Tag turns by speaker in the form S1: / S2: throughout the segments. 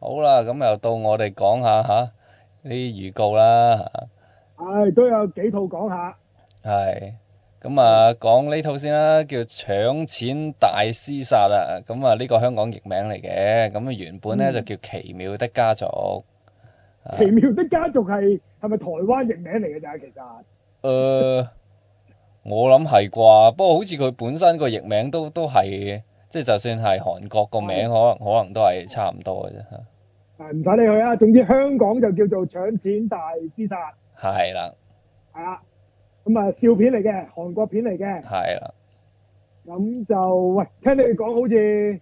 S1: 好啦，咁又到我哋講下吓啲預告啦，
S2: 唉，都有幾套講下。
S1: 係。咁
S2: 嗯
S1: 啊，講呢套先啦，叫《搶錢大廝殺》啊。咁啊，呢個香港譯名嚟嘅。咁啊，原本咧
S2: 嗯
S1: 就叫《奇妙的家族》。啊
S2: 奇妙的家族係係咪台灣譯名嚟嘅咋？其實啊
S1: 誒、呃我諗係啩，不過好似佢本身個譯名都都係，即係就算係韓國個
S2: 嗯
S1: 名，可能可能都係差唔多嘅啫。
S2: 啊唔使理佢啊，總之香港就叫做搶錢大廝殺
S1: 係啦，
S2: 係啦。咁啊，笑片嚟嘅，韓國片嚟嘅。
S1: 係啦，
S2: 咁就喂，聽你哋講好似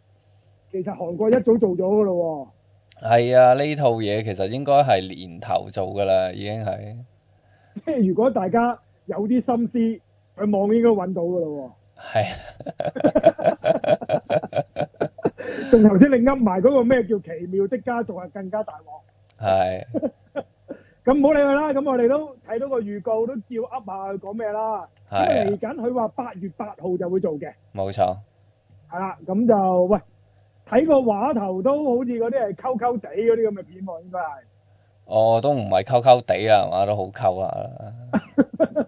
S2: 其實韓國一早做咗㗎咯
S1: 係啊！呢套嘢其實應該係年頭做㗎啦，已經係
S2: 喎。 即係如果大家有啲心思，上網應該揾到㗎咯
S1: 係。
S2: 喎。仲頭先你噏埋嗰個咩叫奇妙的家族係更加大鑊。
S1: 係
S2: 咁唔好理佢啦，咁我哋都睇到個預告，都照噏下佢講咩啦。咁啊
S1: 係
S2: 嚟
S1: 啊，
S2: 緊佢話八月八號就會做嘅，
S1: 冇錯，
S2: 係啦，咁就喂睇個畫頭都好似嗰啲係溝溝地嗰啲咁嘅片喎，應該係。
S1: 我都唔係溝溝地啦，係嘛都好溝啊。
S2: 係啊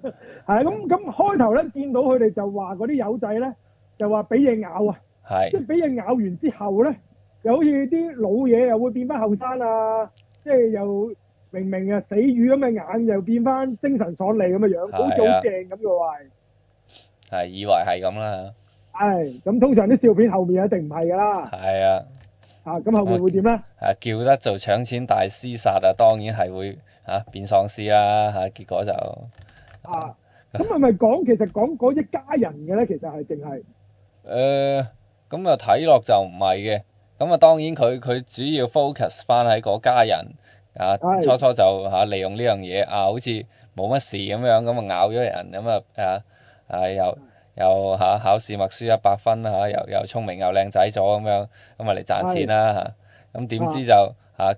S1: 嗯
S2: 咁咁開頭咧，見到佢哋就話嗰啲友仔咧，就話俾嘢咬啊，即
S1: 係
S2: 係俾嘢咬完之後咧，又好似啲老嘢又會變翻後生啊，即係又明明啊死魚咁嘅眼，又變翻精神爽利咁嘅樣，好似
S1: 係啊
S2: 好正咁嘅喎。係
S1: 係，以為係咁啦。
S2: 係咁，通常啲笑片後面一定唔係㗎啦，
S1: 係啊。
S2: 啊咁後面會點咧？
S1: 啊叫得做搶錢大廝殺啊，當然係會嚇、啊、變喪屍啦嚇、啊，結果就誒、
S2: 啊，咁係咪講其實講嗰一家人嘅咧？其實係淨係
S1: 呃咁啊睇落就唔係嘅，咁啊當然佢佢主要 focus 翻喺嗰家人啊，
S2: 係
S1: 初初就嚇、啊利用呢樣嘢啊，好似冇乜事咁樣，咁啊咬咗人，咁啊啊啊又又嚇、考試默書一百分嚇、啊又又聰明又靚仔咗咁樣，咁啊嚟賺錢啦嚇，咁、點知就嚇、啊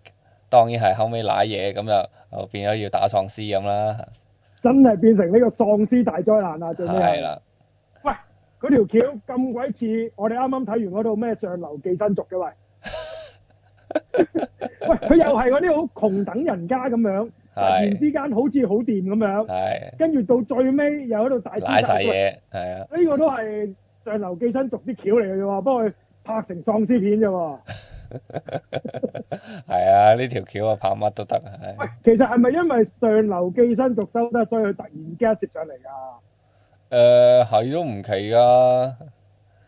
S1: 當然係後尾賴嘢，咁就就變咗要打喪屍咁啦。
S2: 真係變成呢個喪屍大災難啦！啊最尾
S1: 係啦，
S2: 喂，嗰條橋咁鬼似我哋啱啱睇完嗰套咩《上流寄生族》嘅 喂，喂，佢又係嗰啲好窮等人家咁樣，突然
S1: 係
S2: 之間好似好掂咁樣，
S1: 係
S2: 跟住到最尾又喺度大
S1: 舐晒
S2: 殺喂
S1: 嘢，係啊，
S2: 呢個都係《上流寄生族》啲橋嚟嘅啫喎，不過佢拍成喪屍片啫喎。
S1: 係啊，呢條橋啊拍乜都得，係
S2: 喂，其實係咪因為上流寄生族收得，所以佢突然間接上嚟啊
S1: 誒
S2: 㗎？
S1: 係都唔奇噶，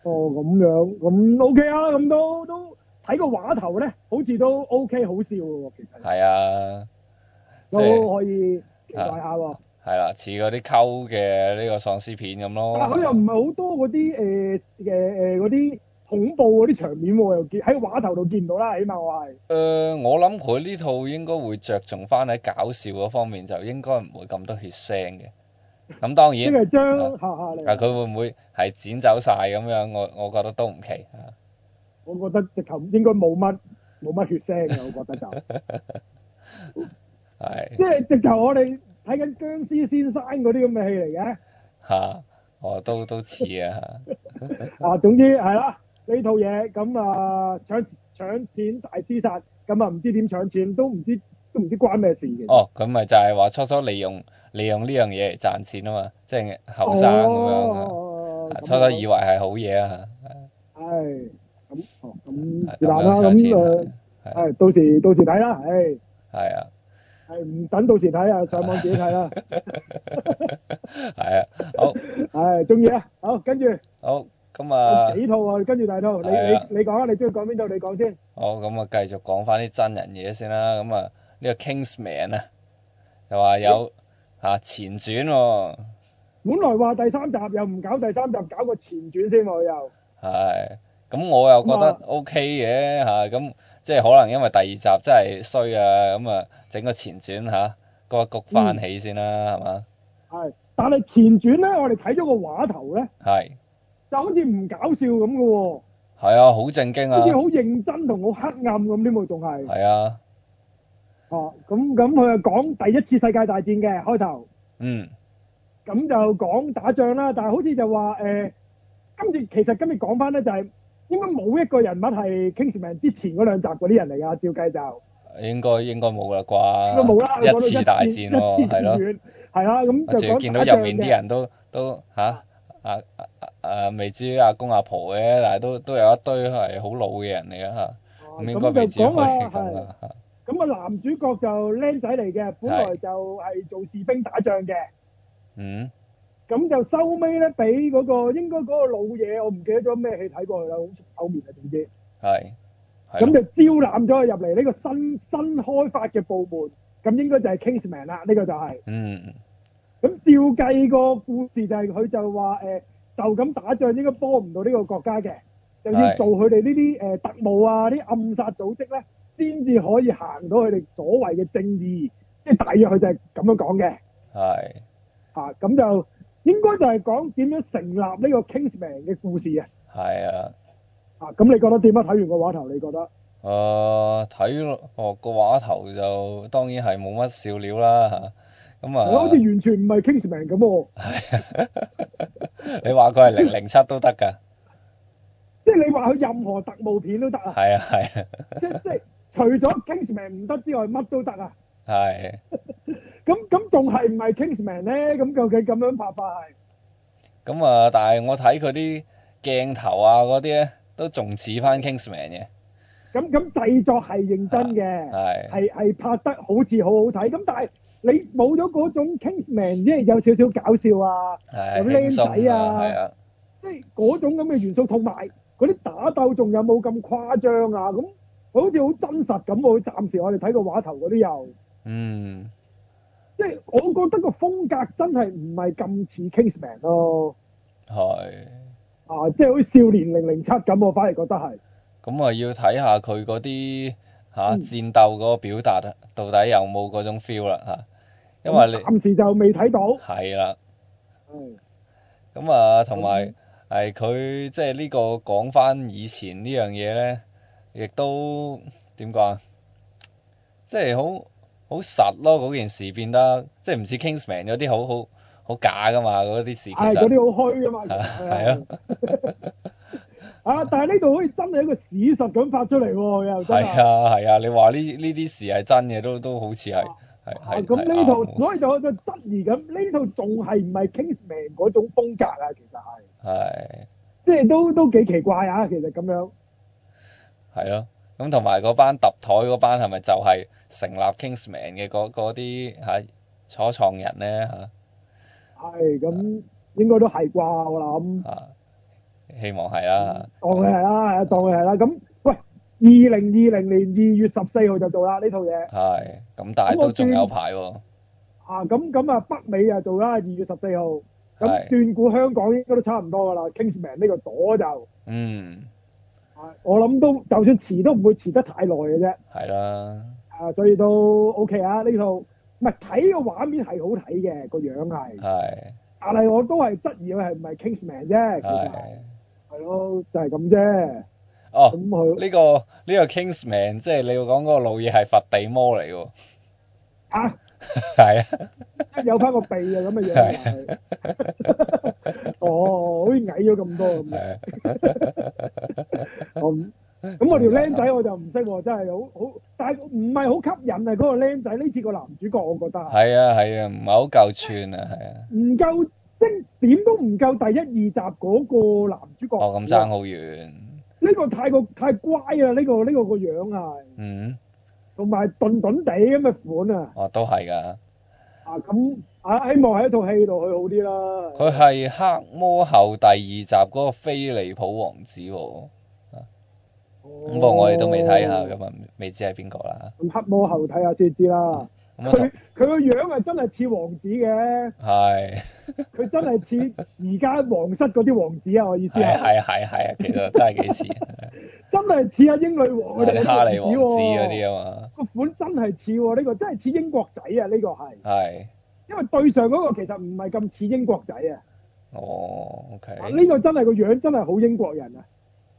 S2: 哦，咁樣，咁 OK 啊，咁都都睇個畫頭咧，好似都 OK 好笑嘅喎，其實
S1: 係啊，即係啊
S2: 都可以期待下喎。
S1: 係啦，似嗰啲溝嘅呢個喪屍片咁
S2: 但啊係佢
S1: 咯，
S2: 又唔係好多嗰啲誒誒誒嗰啲恐怖嗰啲場面喎，又見喺畫頭度見唔到啦，起碼我係
S1: 誒我諗佢呢套應該會着重翻喺搞笑嗰方面，就應該唔會咁多血腥嘅，咁當
S2: 即
S1: 然
S2: 係將
S1: 啊
S2: 下下
S1: 啊
S2: 嚟，
S1: 佢會唔會係剪走晒咁樣，我我覺得都唔奇啊，
S2: 我覺得直頭應該冇乜冇乜血腥嘅，我覺 得就即
S1: 係
S2: 係直頭我哋睇緊僵屍先生嗰啲咁嘅戲嚟嘅。
S1: 嚇，我都都似啊，
S2: 啊，總之係啦，呢套嘢咁啊搶搶錢大廝殺，咁啊唔知點搶錢，都唔知都唔知關咩事嘅。
S1: 哦，咁咪就係話初初利用利用呢樣嘢嚟賺錢啊嘛，即係後生咁樣啊，
S2: 哦
S1: 啊初
S2: 咁啊
S1: 初以為係好嘢啊，
S2: 係咁
S1: 啊
S2: 哦咁是
S1: 咁
S2: 但啦，
S1: 樣
S2: 咁
S1: 搶錢
S2: 誒
S1: 啊係
S2: 係到時到時睇啦，唉
S1: 係啊，
S2: 係唔等到時睇啊，上網自己睇啦。
S1: 係啊，好
S2: 唉，中意啊，好跟住有
S1: 好咁啊，
S2: 幾套啊，跟住第二套，你
S1: 係啊
S2: 你你講啊，你中意講邊套你講先。
S1: 好咁啊，繼續講翻啲真人嘢先啦，咁啊呢個 Kingsman 啊，又話有嚇前傳喎，
S2: 本來話第三集又唔搞第三集，搞個前傳先喎又。
S1: 係，咁我又覺得
S2: 咁啊
S1: OK 嘅嚇，咁即係可能因為第二集真係衰啊，咁啊整個前傳嚇，個谷翻起先啦，係嘛？
S2: 係，但係前傳咧，我哋睇咗個畫頭咧。
S1: 係。
S2: 就好似唔搞笑咁嘅喎，
S1: 係啊，好正經啊
S2: 好，似好認真同好黑暗咁添喎，仲係
S1: 係啊，
S2: 哦，咁咁佢又講第一次世界大戰嘅開頭，
S1: 嗯，
S2: 咁就講打仗啦，但係好似就話誒、呃今次其實今次講翻咧就係應該冇一個人物係 Kingsman 之前嗰兩集嗰啲人嚟㗎，照計就。
S1: 應該應該冇啦
S2: 應該冇啦，
S1: 啩，
S2: 講到
S1: 啊次大戰咯，係咯，，
S2: 係啦，咁
S1: 我
S2: 就
S1: 仲要
S2: 講
S1: 見到
S2: 打
S1: 入
S2: 仗
S1: 面啲
S2: 嘅，
S1: 人都都吓，啊啊啊啊未至於阿公阿婆嘅，但係都都有一堆係好老嘅人嚟嘅嚇，
S2: 哦
S1: 咁應該
S2: 咁就
S1: 未至於可以
S2: 講啊，
S1: 咁
S2: 係，
S1: 啊嚇，
S2: 咁啊男主角就僆仔嚟嘅，本來
S1: 係
S2: 就係做士兵打仗嘅，
S1: 嗯
S2: 咁就收尾咧俾嗰個應該嗰個老嘢，我唔記得咗咩戲睇過佢啦，好似口面啊總之，
S1: 係，係咯
S2: 咁就招攬咗佢入嚟呢個新新開發嘅部門，咁應該就係 Kingsman 啦，呢個就係。
S1: 嗯
S2: 咁照計個故事就係佢就話誒、呃就咁打仗應該幫唔到呢個國家嘅，就要
S1: 係
S2: 做佢哋呢啲誒特務啊、啲暗殺組織咧，先至可以行到佢哋所謂嘅正義，即係大約佢就係咁樣講嘅
S1: 係
S2: 嚇。咁、就應該就係講點樣成立呢個 Kingsman 嘅故事啊。
S1: 係啊。
S2: 啊，咁你覺得點啊？睇完個話頭，你覺得？
S1: 誒睇落哦個畫頭就當然係冇乜笑料啦嚇，咁
S2: 係咯好似
S1: 啊
S2: 完全唔係 Kingsman 咁喎，
S1: 啊 你話佢係 零零七都得㗎，
S2: 即係你話佢任何特務片都得啊，
S1: 係啊係啊
S2: 即即係除咗 Kingsman 唔得之外，乜都得啊。
S1: 係，
S2: 咁咁仲係唔係 Kingsman 咧？咁究竟咁樣拍法係
S1: 咁啊但係我睇佢啲鏡頭啊嗰啲咧都仲似翻 Kingsman 嘅，
S2: 咁咁製作係認真嘅，
S1: 係
S2: 係係拍得好似好好睇。咁但係你冇咗嗰種 Kingsman，即係有少少搞笑啊，
S1: 係
S2: 有僆
S1: 輕
S2: 仔啊
S1: 鬆啊係啊
S2: 即係嗰種咁嘅元素，同埋嗰啲打鬥仲有冇咁誇張啊？咁好似好真實咁喎。暫時我哋睇個畫頭嗰啲又，
S1: 嗯
S2: 即係我覺得個風格真係唔係咁似 Kingsman 咯。
S1: 係，
S2: 啊，即係好似少年零零七咁，我反而覺得係。
S1: 咁啊要睇下佢嗰啲嚇
S2: 嗯
S1: 戰鬥嗰個表達啊到底有冇嗰種 feel 啦嚇，因為你
S2: 暫時就未睇到。
S1: 係啦。
S2: 係
S1: 咁啊，同埋
S2: 嗯
S1: 係佢即係呢個講翻以前呢樣嘢咧，亦都點講啊？即係好好實咯，嗰件事變得即係唔似 Kingsman 嗰啲好好好假噶嘛，嗰啲事其
S2: 係
S1: 實
S2: 嗰啲好虛噶嘛，
S1: 係
S2: 係啊。啊！但係呢度好似真係一個史實咁發出嚟喎，又真
S1: 係
S2: 係。
S1: 啊係啊，你話呢呢啲事係真嘅都都好似係係
S2: 啊
S1: 係
S2: 咁呢
S1: 係
S2: 套，所以就我就質疑咁，呢套仲係唔係 Kingsman 嗰種風格啊？其實係，
S1: 係
S2: 即係都都幾奇怪啊！其實咁樣，
S1: 係咯。咁同埋嗰班揼台嗰班係咪就係成立 Kingsman 嘅嗰嗰啲嚇初創人咧嚇？
S2: 係咁應該都係啩，我諗。
S1: 啊，希望係啦。
S2: 當佢係啦，係啊當佢係啦。咁喂，二零二零年二月十四號就做啦呢套嘢
S1: 係，咁但係
S2: 咁我
S1: 都仲
S2: 見
S1: 有排喎。
S2: 啊！咁咁啊，北美啊做啦，二月十四號。咁
S1: 係
S2: 斷估香港應該都差唔多㗎啦，Kingsman 呢個朵就。
S1: 嗯，
S2: 啊我諗都就算遲都唔會遲得太耐嘅啫，
S1: 係啦，
S2: 啊，所以都 OK 啊呢套，唔係睇個畫面係好睇嘅個樣係，
S1: 係
S2: 但係我都係質疑佢係唔係 Kingsman 啫，其實
S1: 係。
S2: 係咯，就係咁啫，
S1: 哦，
S2: 咁佢
S1: 呢個呢個 Kingsman，即係你要講嗰個老嘢係佛地魔嚟喎。
S2: 啊
S1: 係啊，
S2: 有翻個鼻啊咁嘅樣係， 哦，好似矮咗咁多咁樣，
S1: 係啊
S2: 我唔咁我條僆仔我就唔識喎，真係好好，但係唔係好吸引啊嗰個僆仔，呢次個男主角我覺得係。
S1: 係啊，係啊，唔係好夠串啊，係啊。
S2: 唔夠，即點都唔夠第一二集嗰個男主角。
S1: 哦，咁爭好遠。
S2: 呢個太過太乖啊！呢、個呢、個個樣啊，
S1: 嗯，
S2: 同埋頓頓地咁嘅款啊！
S1: 哦，都係㗎。
S2: 啊咁啊，希望喺一套戲度佢好啲啦。
S1: 佢係黑魔后第二集嗰個菲利普王子喎。咁不過我哋都未睇下，
S2: 咁。
S1: 咁啊未知係邊個啦。
S2: 哦咁黑魔後睇下先知啦。
S1: 咁啊
S2: 佢
S1: 同
S2: 佢個樣啊，真係似王子嘅，
S1: 係。
S2: 佢真係似而家皇室嗰啲王子啊！我意思
S1: 係啊
S2: 係，
S1: 係啊係啊係啊，其實真係幾 似
S2: 真係似啊英女王
S1: 嗰
S2: 佢哋
S1: 啲哈利王子嗰
S2: 啊，
S1: 啲啊
S2: 個款真係似喎，呢、個真係似英國仔啊！呢、個係。
S1: 嘛，係，
S2: 因為對上嗰個其實唔係咁似英國仔啊，
S1: 哦，OK，
S2: 啊呢、個真係個樣真係好英國人啊，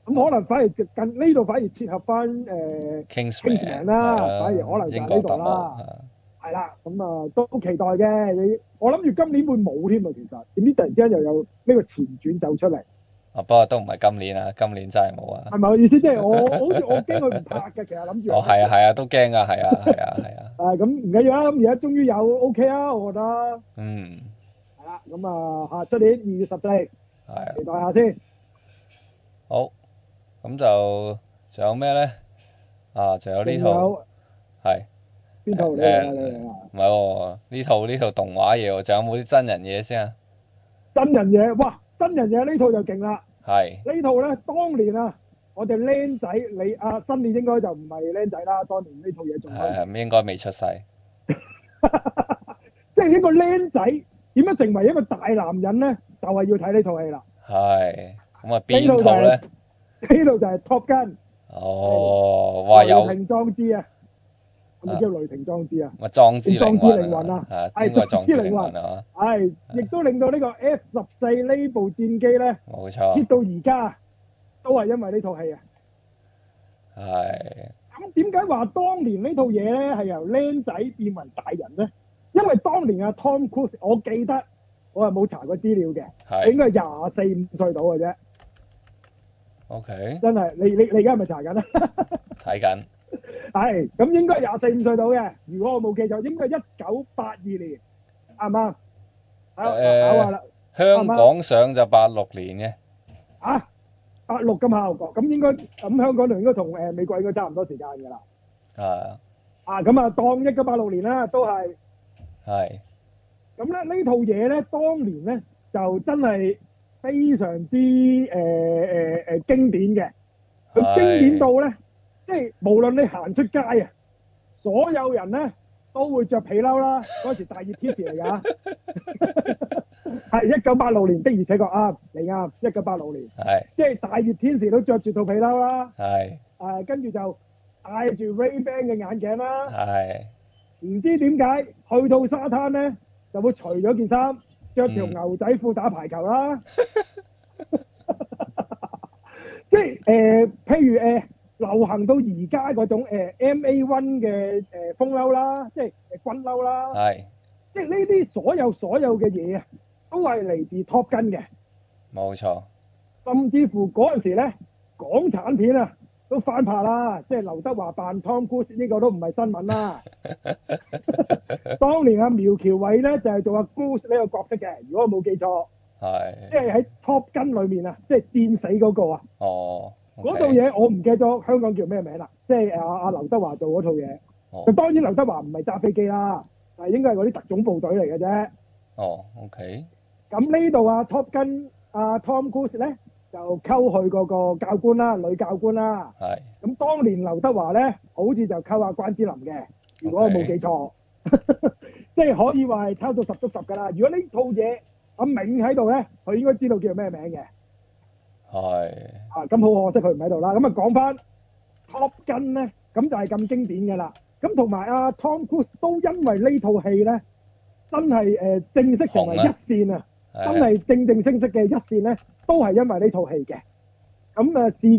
S2: 咁可能反而接近呢度反而切合翻誒
S1: Kingsman
S2: Kingsman 啦
S1: 係啦
S2: 反而可能就係
S1: 英
S2: 呢
S1: 國
S2: 度
S1: 特務
S2: 啦
S1: 啊
S2: 係啦，咁啊都好期待嘅，你我諗住今年會冇添啊，其實點知突然之間又有呢個前傳走出嚟，
S1: 啊，不過都唔係今年啊，今年真係冇啊。
S2: 係咪我意思？即係我好似我驚佢唔拍嘅，其實諗住。
S1: 哦，係啊，係啊，都驚啊，係啊，係啊，係啊，
S2: 啊。咁唔緊要啦，咁而家終於有 OK 啊，我覺得
S1: 嗯，
S2: 係啦。咁啊，下出年二月十四，
S1: 係啊，
S2: 期待下先。
S1: 好，咁就仲有咩咧？啊，仲有呢
S2: 仲
S1: 套
S2: 有
S1: 係
S2: 邊套
S1: 誒
S2: 你嚟啊？你嚟啊？
S1: 唔係喎？呢套呢套動畫嘢喎，仲有冇啲真人嘢先啊？
S2: 真人嘢，哇！真人嘢呢套就勁啦。
S1: 係
S2: 呢套咧，當年啊，我哋僆仔，你啊，新年應該就唔係僆仔啦。當年呢套嘢仲
S1: 係係應該未出世，
S2: 即係一個僆仔點樣成為一個大男人咧，就係、要睇呢套戲啦。
S1: 係咁啊
S2: 呢套
S1: 邊
S2: 就
S1: 套
S2: 係
S1: 咧？
S2: 呢度就係 Top Gun，
S1: 哦，哇有
S2: 雷霆壯志啊，係咪叫雷霆壯志啊？
S1: 咪壯之靈
S2: 壯之
S1: 魂
S2: 靈魂啊
S1: 啊，
S2: 係
S1: 應該壯之
S2: 壯之
S1: 靈
S2: 靈
S1: 魂
S2: 魂
S1: 啊，
S2: 係，亦都令到呢個 F 十四呢部戰機咧，
S1: 冇
S2: 跌
S1: 錯，
S2: 到而家都係因為呢套戲啊。
S1: 係
S2: 咁點解話當年呢套嘢咧係由僆仔變為大人咧？因為當年阿 Tom Cruise，我記得我係冇查過資料嘅，佢應
S1: 係
S2: 該係廿四五歲到嘅啫。
S1: ，OK，
S2: 真係，你你你而家係咪查緊啊？
S1: 睇緊，
S2: 係，咁應該係廿四五歲到嘅。如果我冇記錯，應該係一九八二年，啱唔啱？考
S1: 誒
S2: 考下啦，
S1: 香港上就八六年嘅。
S2: 啊，八六咁效果，咁應該咁香港就應該同誒美國應該差唔多時間㗎啦。
S1: 啊，
S2: 啊，咁啊，當一九八六年啦，都係。
S1: 係
S2: 咁咧呢套嘢咧，當年咧就真係非常之誒誒誒經典嘅。佢
S1: 係
S2: 經典到咧，即係無論你行出街啊，所有人咧都會着皮褸啦。嗰時大熱天時嚟㗎，係一九八六年的，而且確啱，你啱，一九八六年，
S1: 係
S2: 即係大熱天時都着住套皮褸啦。
S1: 係
S2: 誒、跟住就戴住 Ray-Ban 嘅眼鏡啦。
S1: 係
S2: 唔知點解去到沙灘咧，就會除咗件衫，着條
S1: 嗯
S2: 牛仔褲打排球啦。即係誒、呃譬如誒、呃流行到而家嗰種、呃、M A One 嘅誒風褸啦，即係誒軍褸啦，
S1: 係，
S2: 即係呢啲所有所有嘅嘢啊，都係嚟自 Top Gun 嘅，
S1: 冇錯，
S2: 甚至乎嗰陣時咧，港產片啊都翻拍啦，即係劉德華扮 Tom Cruise 呢個都唔係新聞啦。當年阿苗僑偉咧就係、做阿 Goose 呢個角色嘅，如果我冇記錯，即
S1: 係
S2: 係喺 Top Gun 裏面啊，即係戰死嗰個啊，
S1: 哦，
S2: 嗰套嘢我唔記得咗香港叫咩名啦，即係阿阿劉德華做嗰套嘢。
S1: 哦
S2: 就當然劉德華唔係揸飛機啦，但係應該係嗰啲特種部隊嚟嘅啫。
S1: 哦，OK，
S2: 咁呢度啊 Top Gun 啊 Tom Cruise 咧就溝佢嗰個教官啦，女教官啦。
S1: 係
S2: 咁當年劉德華咧，好似就溝阿關之琳嘅，如果我冇記錯， 即係可以話係抄到十足十㗎啦。如果呢套嘢阿銘喺度咧，佢應該知道叫咩名嘅。
S1: 係
S2: 啊，咁好可惜佢唔喺度啦。咁啊講翻 Top Gun 咧，咁就係咁經典㗎啦。咁同埋阿 Tom Cruise 都因為呢套戲咧，真係誒、呃正式成為
S1: 紅啊
S2: 一線啊！真
S1: 係
S2: 係正正式式嘅一線咧，都係因為呢套戲嘅。咁誒，事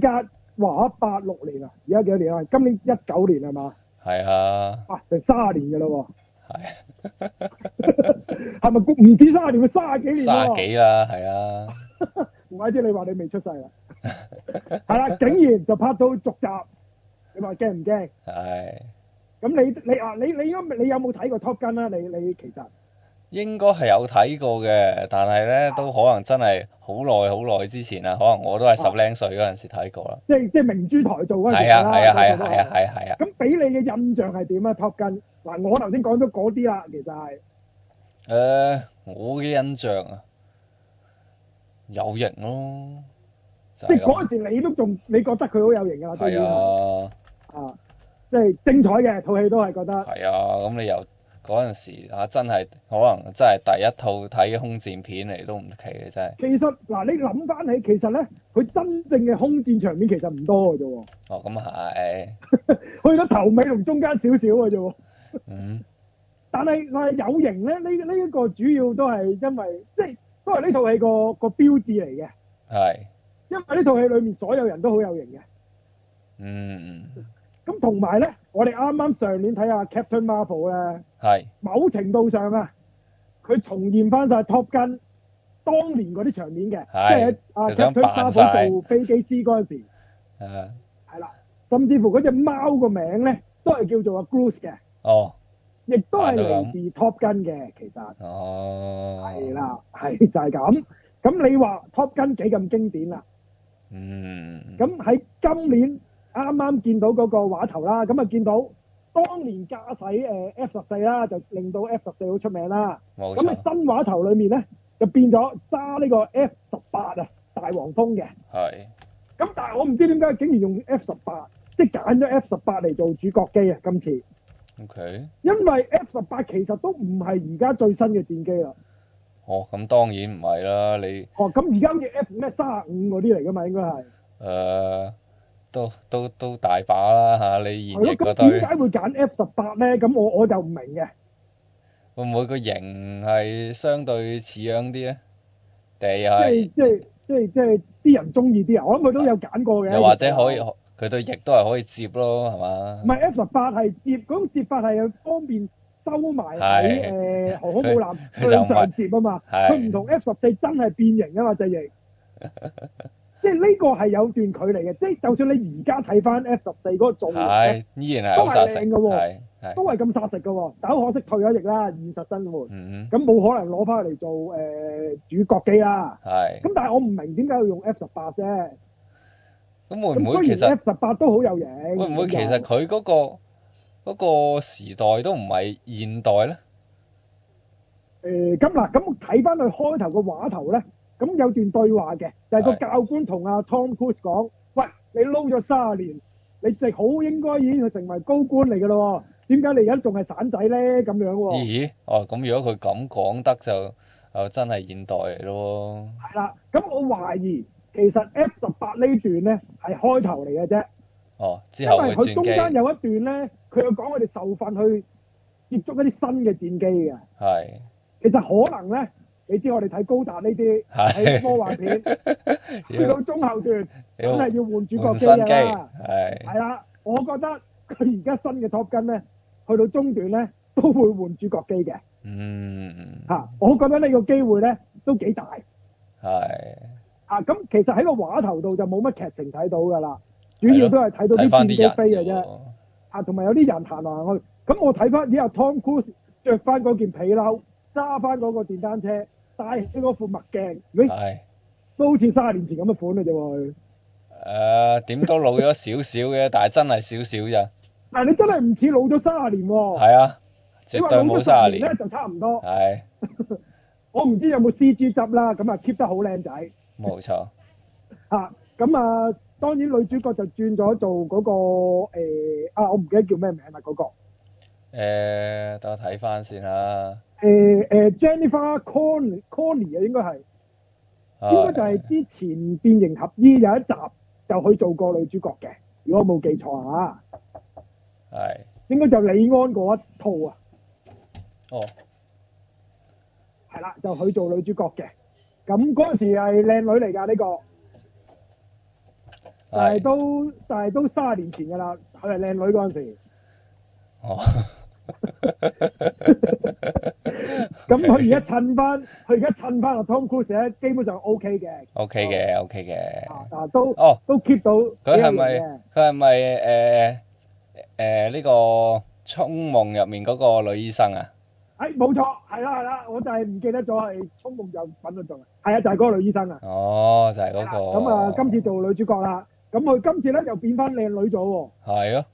S2: 隔話八六年啊，而家幾多年啊？今年一九年係嘛？
S1: 係啊，
S2: 哇，成卅年嘅咯
S1: 係
S2: 喎， 係咪估唔止卅年？佢卅幾年
S1: 卅
S2: 喎。
S1: 幾啦，係啊，
S2: 唔怪之你話你未出世啦。係啦， 竟然就拍到續集，你話驚唔驚？
S1: 係
S2: 咁你你啊，你你應該你有冇睇過 Top Gun 啊？你你其實
S1: 應該係有睇過嘅，但係咧都可能真係好耐好耐之前啦，可能我都係十零歲嗰陣時睇過啦，
S2: 即係即係明珠台做嗰陣時
S1: 係啊
S2: 啦
S1: 係啊係啊
S2: 嗰個都
S1: 係啊係啊係啊，
S2: 咁俾你嘅印象係點啊？Top Gun 嗱，我頭先講咗嗰啲啦，其實係。
S1: 誒呃我嘅印象啊有型咯，就
S2: 即
S1: 係
S2: 係
S1: 咁
S2: 嗰。陣時你都仲你覺得佢好有型㗎啦，當
S1: 係
S2: 然
S1: 啊，
S2: 啊，即係精彩嘅套戲都係覺得
S1: 係啊，咁你由嗰陣時啊，真係可能真係第一套睇嘅空戰片嚟都唔奇嘅，真係。
S2: 其實嗱，你諗翻起其實咧，佢真正嘅空戰場面其實唔多嘅啫喎，
S1: 哦，咁係，
S2: 去到頭尾同中間少少嘅啫喎。
S1: 嗯，
S2: 但係但係有型咧，呢呢一個主要都係因為即係都係呢套戲個個標誌嚟嘅，
S1: 係，
S2: 因為呢套戲裡面所有人都好有型嘅。
S1: 嗯，
S2: 咁同埋咧，我哋啱啱上年睇下 Captain Marvel 咧。
S1: 係，
S2: 某程度上啊，佢重現翻晒 Top Gun 當年嗰啲場面嘅，
S1: 係
S2: 即係阿
S1: 就想
S2: Captain
S1: 扮
S2: Marvel 做飛機師嗰陣時，
S1: 啊，
S2: 係啦，甚至乎嗰只貓個名咧都係叫做阿 Groot 嘅，
S1: 哦，
S2: 亦都係
S1: 啊都啊咁
S2: 嚟自 Top Gun 嘅，其實
S1: 哦，
S2: 係，啦，係 就係咁。咁你話 Top Gun 幾咁經典啦？
S1: 嗯，
S2: 咁喺今年啱啱見到嗰個畫頭啦，咁啊見到當年駕駛誒 F 十四啦，就令到 F 十四好出名啦。
S1: 冇
S2: 咁喺
S1: 錯，
S2: 新畫頭裏面咧，就變咗揸呢個 F 十八啊大黃蜂嘅。
S1: 係，
S2: 咁但係我唔知點解竟然用 F 十八，即係揀咗 F 十八嚟做主角機啊！今次，
S1: ，OK，
S2: 因為 F 十八其實都唔係而家最新嘅戰機啦。
S1: 哦，咁當然唔係啦，你
S2: 哦，咁而家好似 F 咩三十五嗰啲嚟噶嘛，應該係。
S1: 誒呃都都都大把啦嚇，你現
S2: 係
S1: 役嗰
S2: 咯，咁點
S1: 堆
S2: 解會揀 F 十八咧？咁我我就唔明嘅。
S1: 會唔會個型係相對似樣啲咧？地
S2: 即
S1: 係
S2: 係。即係即係即係啲人中意啲啊！我諗佢都有揀過嘅。
S1: 又或者可以，佢對翼都係可以接咯，係嘛？
S2: 唔係 F 十八係接嗰種接法係方便收埋喺誒航空母艦
S1: 佢佢就唔
S2: 向
S1: 係
S2: 上接啊嘛。
S1: 係
S2: 佢唔同 F 十四真係變形啊嘛 隻翼。即係呢個係有段距離嘅，即係就算你而家睇翻 F 十四嗰個造型呢
S1: 係，依然係好殺食，
S2: 都係靚㗎喎
S1: 係係，
S2: 都係咁殺食嘅喎。但好可惜退咗役啦，現實生活
S1: 嗯，
S2: 咁冇可能攞翻嚟做誒、呃主角機啦。
S1: 係。
S2: 咁但係我唔明點解要用 F 十八啫。
S1: 咁會唔
S2: 咁
S1: 會其
S2: 雖然
S1: 實
S2: F 十八都好有型，
S1: 會唔會其
S2: 咁
S1: 實
S2: 就
S1: 佢嗰個嗰個時代都唔係現代咧？
S2: 誒咁嗱，咁睇翻佢開頭個畫頭咧，咁有段對話嘅，就係、個
S1: 係
S2: 教官同阿 Tom Cruise 講：，喂，你撈咗卅年，你直好應該已經成為高官嚟㗎咯喎，點解你而家仲係散仔咧？咁樣喎，
S1: 咦？哦，咁如果佢咁講得就就真係現代嚟咯
S2: 係啦，咁我懷疑其實 F 十八呢段咧係開頭嚟嘅啫，
S1: 喎。哦，之
S2: 因
S1: 後
S2: 為
S1: 會
S2: 佢中
S1: 轉
S2: 間
S1: 機，
S2: 有一段咧，佢有講佢哋受訓去接觸一啲新嘅戰機嘅。
S1: 係
S2: 其實可能咧，你知我哋睇高達呢啲
S1: 係
S2: 睇 科幻片，去到中後段真
S1: 要
S2: 係要換主角啊
S1: 換
S2: 機
S1: 新機，
S2: 㗎啦。
S1: 係
S2: 係啦，我覺得佢而家新嘅 Top Gun 咧，去到中段咧都會換主角機嘅
S1: 嗯
S2: 嚇、我覺得呢個機會咧都幾大
S1: 係
S2: 啊。咁其實喺個畫頭度就冇乜劇情睇到㗎啦，主要都係睇到啲
S1: 睇翻
S2: 戰機
S1: 啲
S2: 飛
S1: 人
S2: 嘅
S1: 喎
S2: 啫啊，同埋有啲人行來行去。咁我睇翻，咦阿 Tom Cruise 着翻嗰件皮褸，揸翻嗰個電單車，戴起嗰副墨鏡，咦？
S1: 係
S2: 都好似卅年前咁嘅款嘅啫喎。佢
S1: 誒點都老咗少少嘅，但係真係少少咋，
S2: 但係你真係唔似老咗卅年喎。
S1: 係啊，
S2: 哦你話
S1: 絕對冇卅
S2: 老咗十
S1: 年
S2: 咧，就差唔多。
S1: 係
S2: 我唔知有冇 C G 執啦，咁啊 keep 得好靚仔
S1: 冇錯，
S2: 嚇。咁啊，當然女主角就轉咗做嗰、個、呃、啊，我唔記得叫咩名啦嗰、個。
S1: 誒等我睇翻先啊嚇，
S2: 誒、呃、Jennifer Con Conny 啊，應該係
S1: 啊哦
S2: 應該就係之前變形俠醫有一集就去做過女主角嘅，如果我冇記錯嚇，
S1: 係
S2: 應該就李安嗰一套啊，
S1: 哦
S2: 係啦，就去做女主角嘅。咁嗰陣時係靚女嚟㗎呢個。但係
S1: 係
S2: 都但係都卅年前㗎啦，佢係靚女嗰陣時，
S1: 哦，
S2: 咁佢而家襯翻，佢而家襯翻個 Tom Cruise 咧，基本上 O K 嘅，
S1: OK 嘅 OK 嘅，
S2: 啊啊都
S1: 哦
S2: 都 keep 到
S1: 佢
S2: 幾
S1: 係
S2: 廿
S1: 咪
S2: 年嘅
S1: 佢係咪誒誒呢個《銃夢》入面嗰個女醫生啊？
S2: 哎冇錯，係啦係啦，我就係唔記得咗係衝夢就揾到做，係啊就係嗰個女醫生啊，
S1: 哦，就係
S2: 係
S1: 嗰
S2: 啦
S1: 個，
S2: 咁啊今次做女主角啦，咁佢今次咧又變翻靚女咗喎，
S1: 係咯，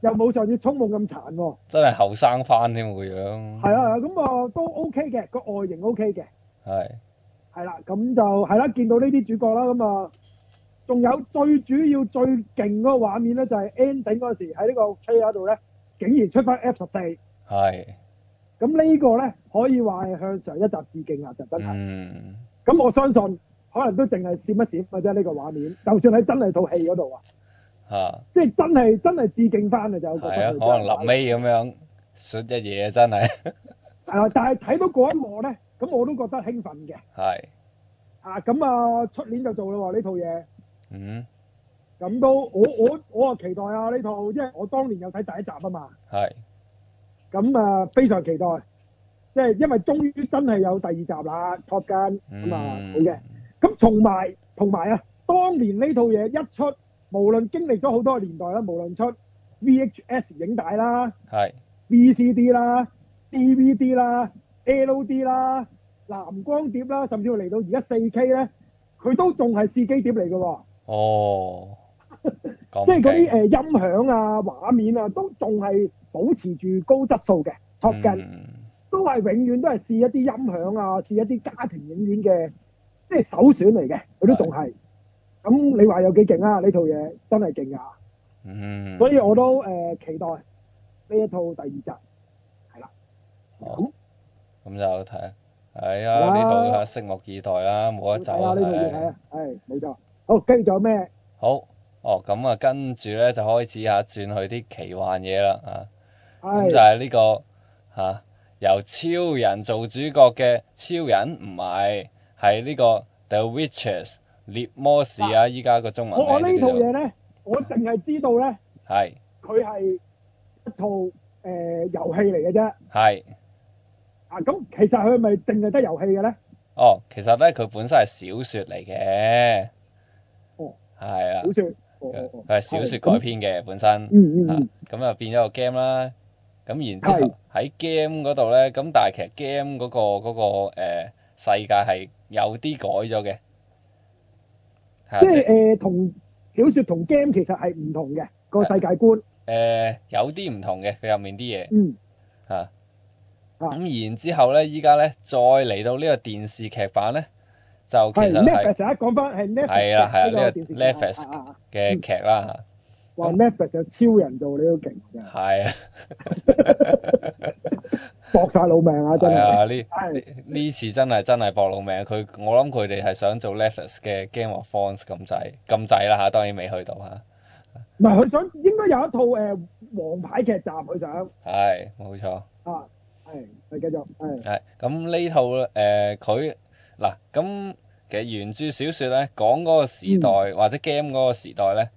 S2: 又冇上次衝夢咁殘喎，
S1: 真係後生翻添個樣，
S2: 係啊係啊咁啊都 O K 嘅，個外形 O K 嘅。
S1: 係
S2: 係啦，咁就係啦，見到呢啲主角啦，咁啊，仲有最主要最勁嗰個畫面咧，就係 ending 嗰陣時喺呢個 K 嗰度咧，竟然出翻 F 十四，
S1: 係
S2: 咁呢個咧可以話係向上一集致敬啊啦，就真係。
S1: 嗯。
S2: 咁、我相信可能都淨係閃一閃嘅啫，呢個畫面，就算喺真係套戲嗰度啊，
S1: 嚇，
S2: 即係真係真係致敬翻嘅就我覺得
S1: 係啊，
S2: 佢
S1: 可能
S2: 真係
S1: 臨尾咁樣説一嘢真 係
S2: 係啊，但係睇到嗰一幕咧，咁我都覺得興奮嘅。
S1: 係，
S2: 啊，咁啊，出年就做啦喎呢套嘢。
S1: 嗯，
S2: 咁都我我我啊期待啊呢套，因為我當年有睇第一集啊嘛，
S1: 係
S2: 咁啊非常期待。即係因為終於真係有第二集啦，Top Gun
S1: 嗯
S2: 咁啊好嘅。咁同埋同埋啊，當年呢套嘢一出，無論經歷咗好多年代啦，無論出 VHS 影帶啦。
S1: 係
S2: VCD 啦、DVD 啦、LD 啦、藍光碟啦，甚至乎嚟到而家四 K 咧，佢都仲係試機碟嚟嘅喎，
S1: 哦，咁
S2: 即係嗰
S1: 勁
S2: 啲誒音響啊、畫面啊，都仲係保持住高質素嘅 Top Gun，、
S1: 嗯
S2: 都係永遠都係試一啲音響啊，試一啲家庭影院嘅，即係首選嚟嘅，佢都仲係。咁你話有幾勁啊？呢套嘢真係勁啊！
S1: 嗯，
S2: 所以我都誒、呃期待呢一套第二集，係啦。
S1: 好咁就睇，係啊，
S2: 好啊
S1: 呢度啊拭目以待啦，冇得走
S2: 係啊，呢套嘢係
S1: 係
S2: 啊，係冇錯。好，跟住仲有咩？
S1: 好，哦，咁啊，跟住咧就開始啊，轉去啲奇幻嘢啦啊，咁就
S2: 係
S1: 係呢個嚇由超人做主角嘅超人，唔係係呢個 The Witches 獵魔士啊，依家個中
S2: 我我
S1: 文
S2: 呢
S1: 名
S2: 套
S1: 叫做
S2: 嘢咧，我淨係知道咧，
S1: 係
S2: 佢係一套誒、呃、遊戲嚟嘅啫。
S1: 係。
S2: 啊，咁其實佢係咪淨係得遊戲嘅咧？
S1: 哦，其實咧佢本身係小說嚟嘅，
S2: 哦
S1: 係啦
S2: 小，説，哦哦哦
S1: 佢係小說改。編嘅本身，
S2: 嗯嗯
S1: 啊
S2: 嗯，
S1: 咁啊變咗個 game 啦，咁然之後喺 game 嗰度咧，咁但係其實 game 嗰個嗰個呃世界係有啲改咗嘅，係啊
S2: 即
S1: 即
S2: 係
S1: 係
S2: 誒同小説同 game 其實係唔同嘅個世界觀。
S1: 誒呃有啲唔同嘅佢入面啲嘢。
S2: 嗯，
S1: 啊，
S2: 啊
S1: 咁然之後咧，依家咧再嚟到呢個電視劇版咧，就其實
S2: 係
S1: 係
S2: Netflix 成日講翻係 Netflix
S1: 係啦係啦
S2: 嘅呢
S1: 呢
S2: 個
S1: 個
S2: 電視劇
S1: Netflix
S2: 啊啊啊
S1: 嘅劇啦
S2: 哇 Netflix 有超人做你都勁
S1: 嚇，
S2: 㗎，
S1: 係啊，
S2: 搏晒老命 啊真
S1: 係
S2: 係。
S1: 啊，呢
S2: 係
S1: 呢呢次真係真係搏老命，佢我諗佢哋係想做 Netflix 嘅 Game of Thrones 咁滯咁滯啦嚇，當然未去到嚇，
S2: 唔係佢想應該有一套誒王牌劇集佢想。
S1: 係冇錯，
S2: 啊，係，係繼續，係，
S1: 係咁呢套誒佢嗱咁其實原著小説咧講嗰個時代、或者 game 嗰個時代咧，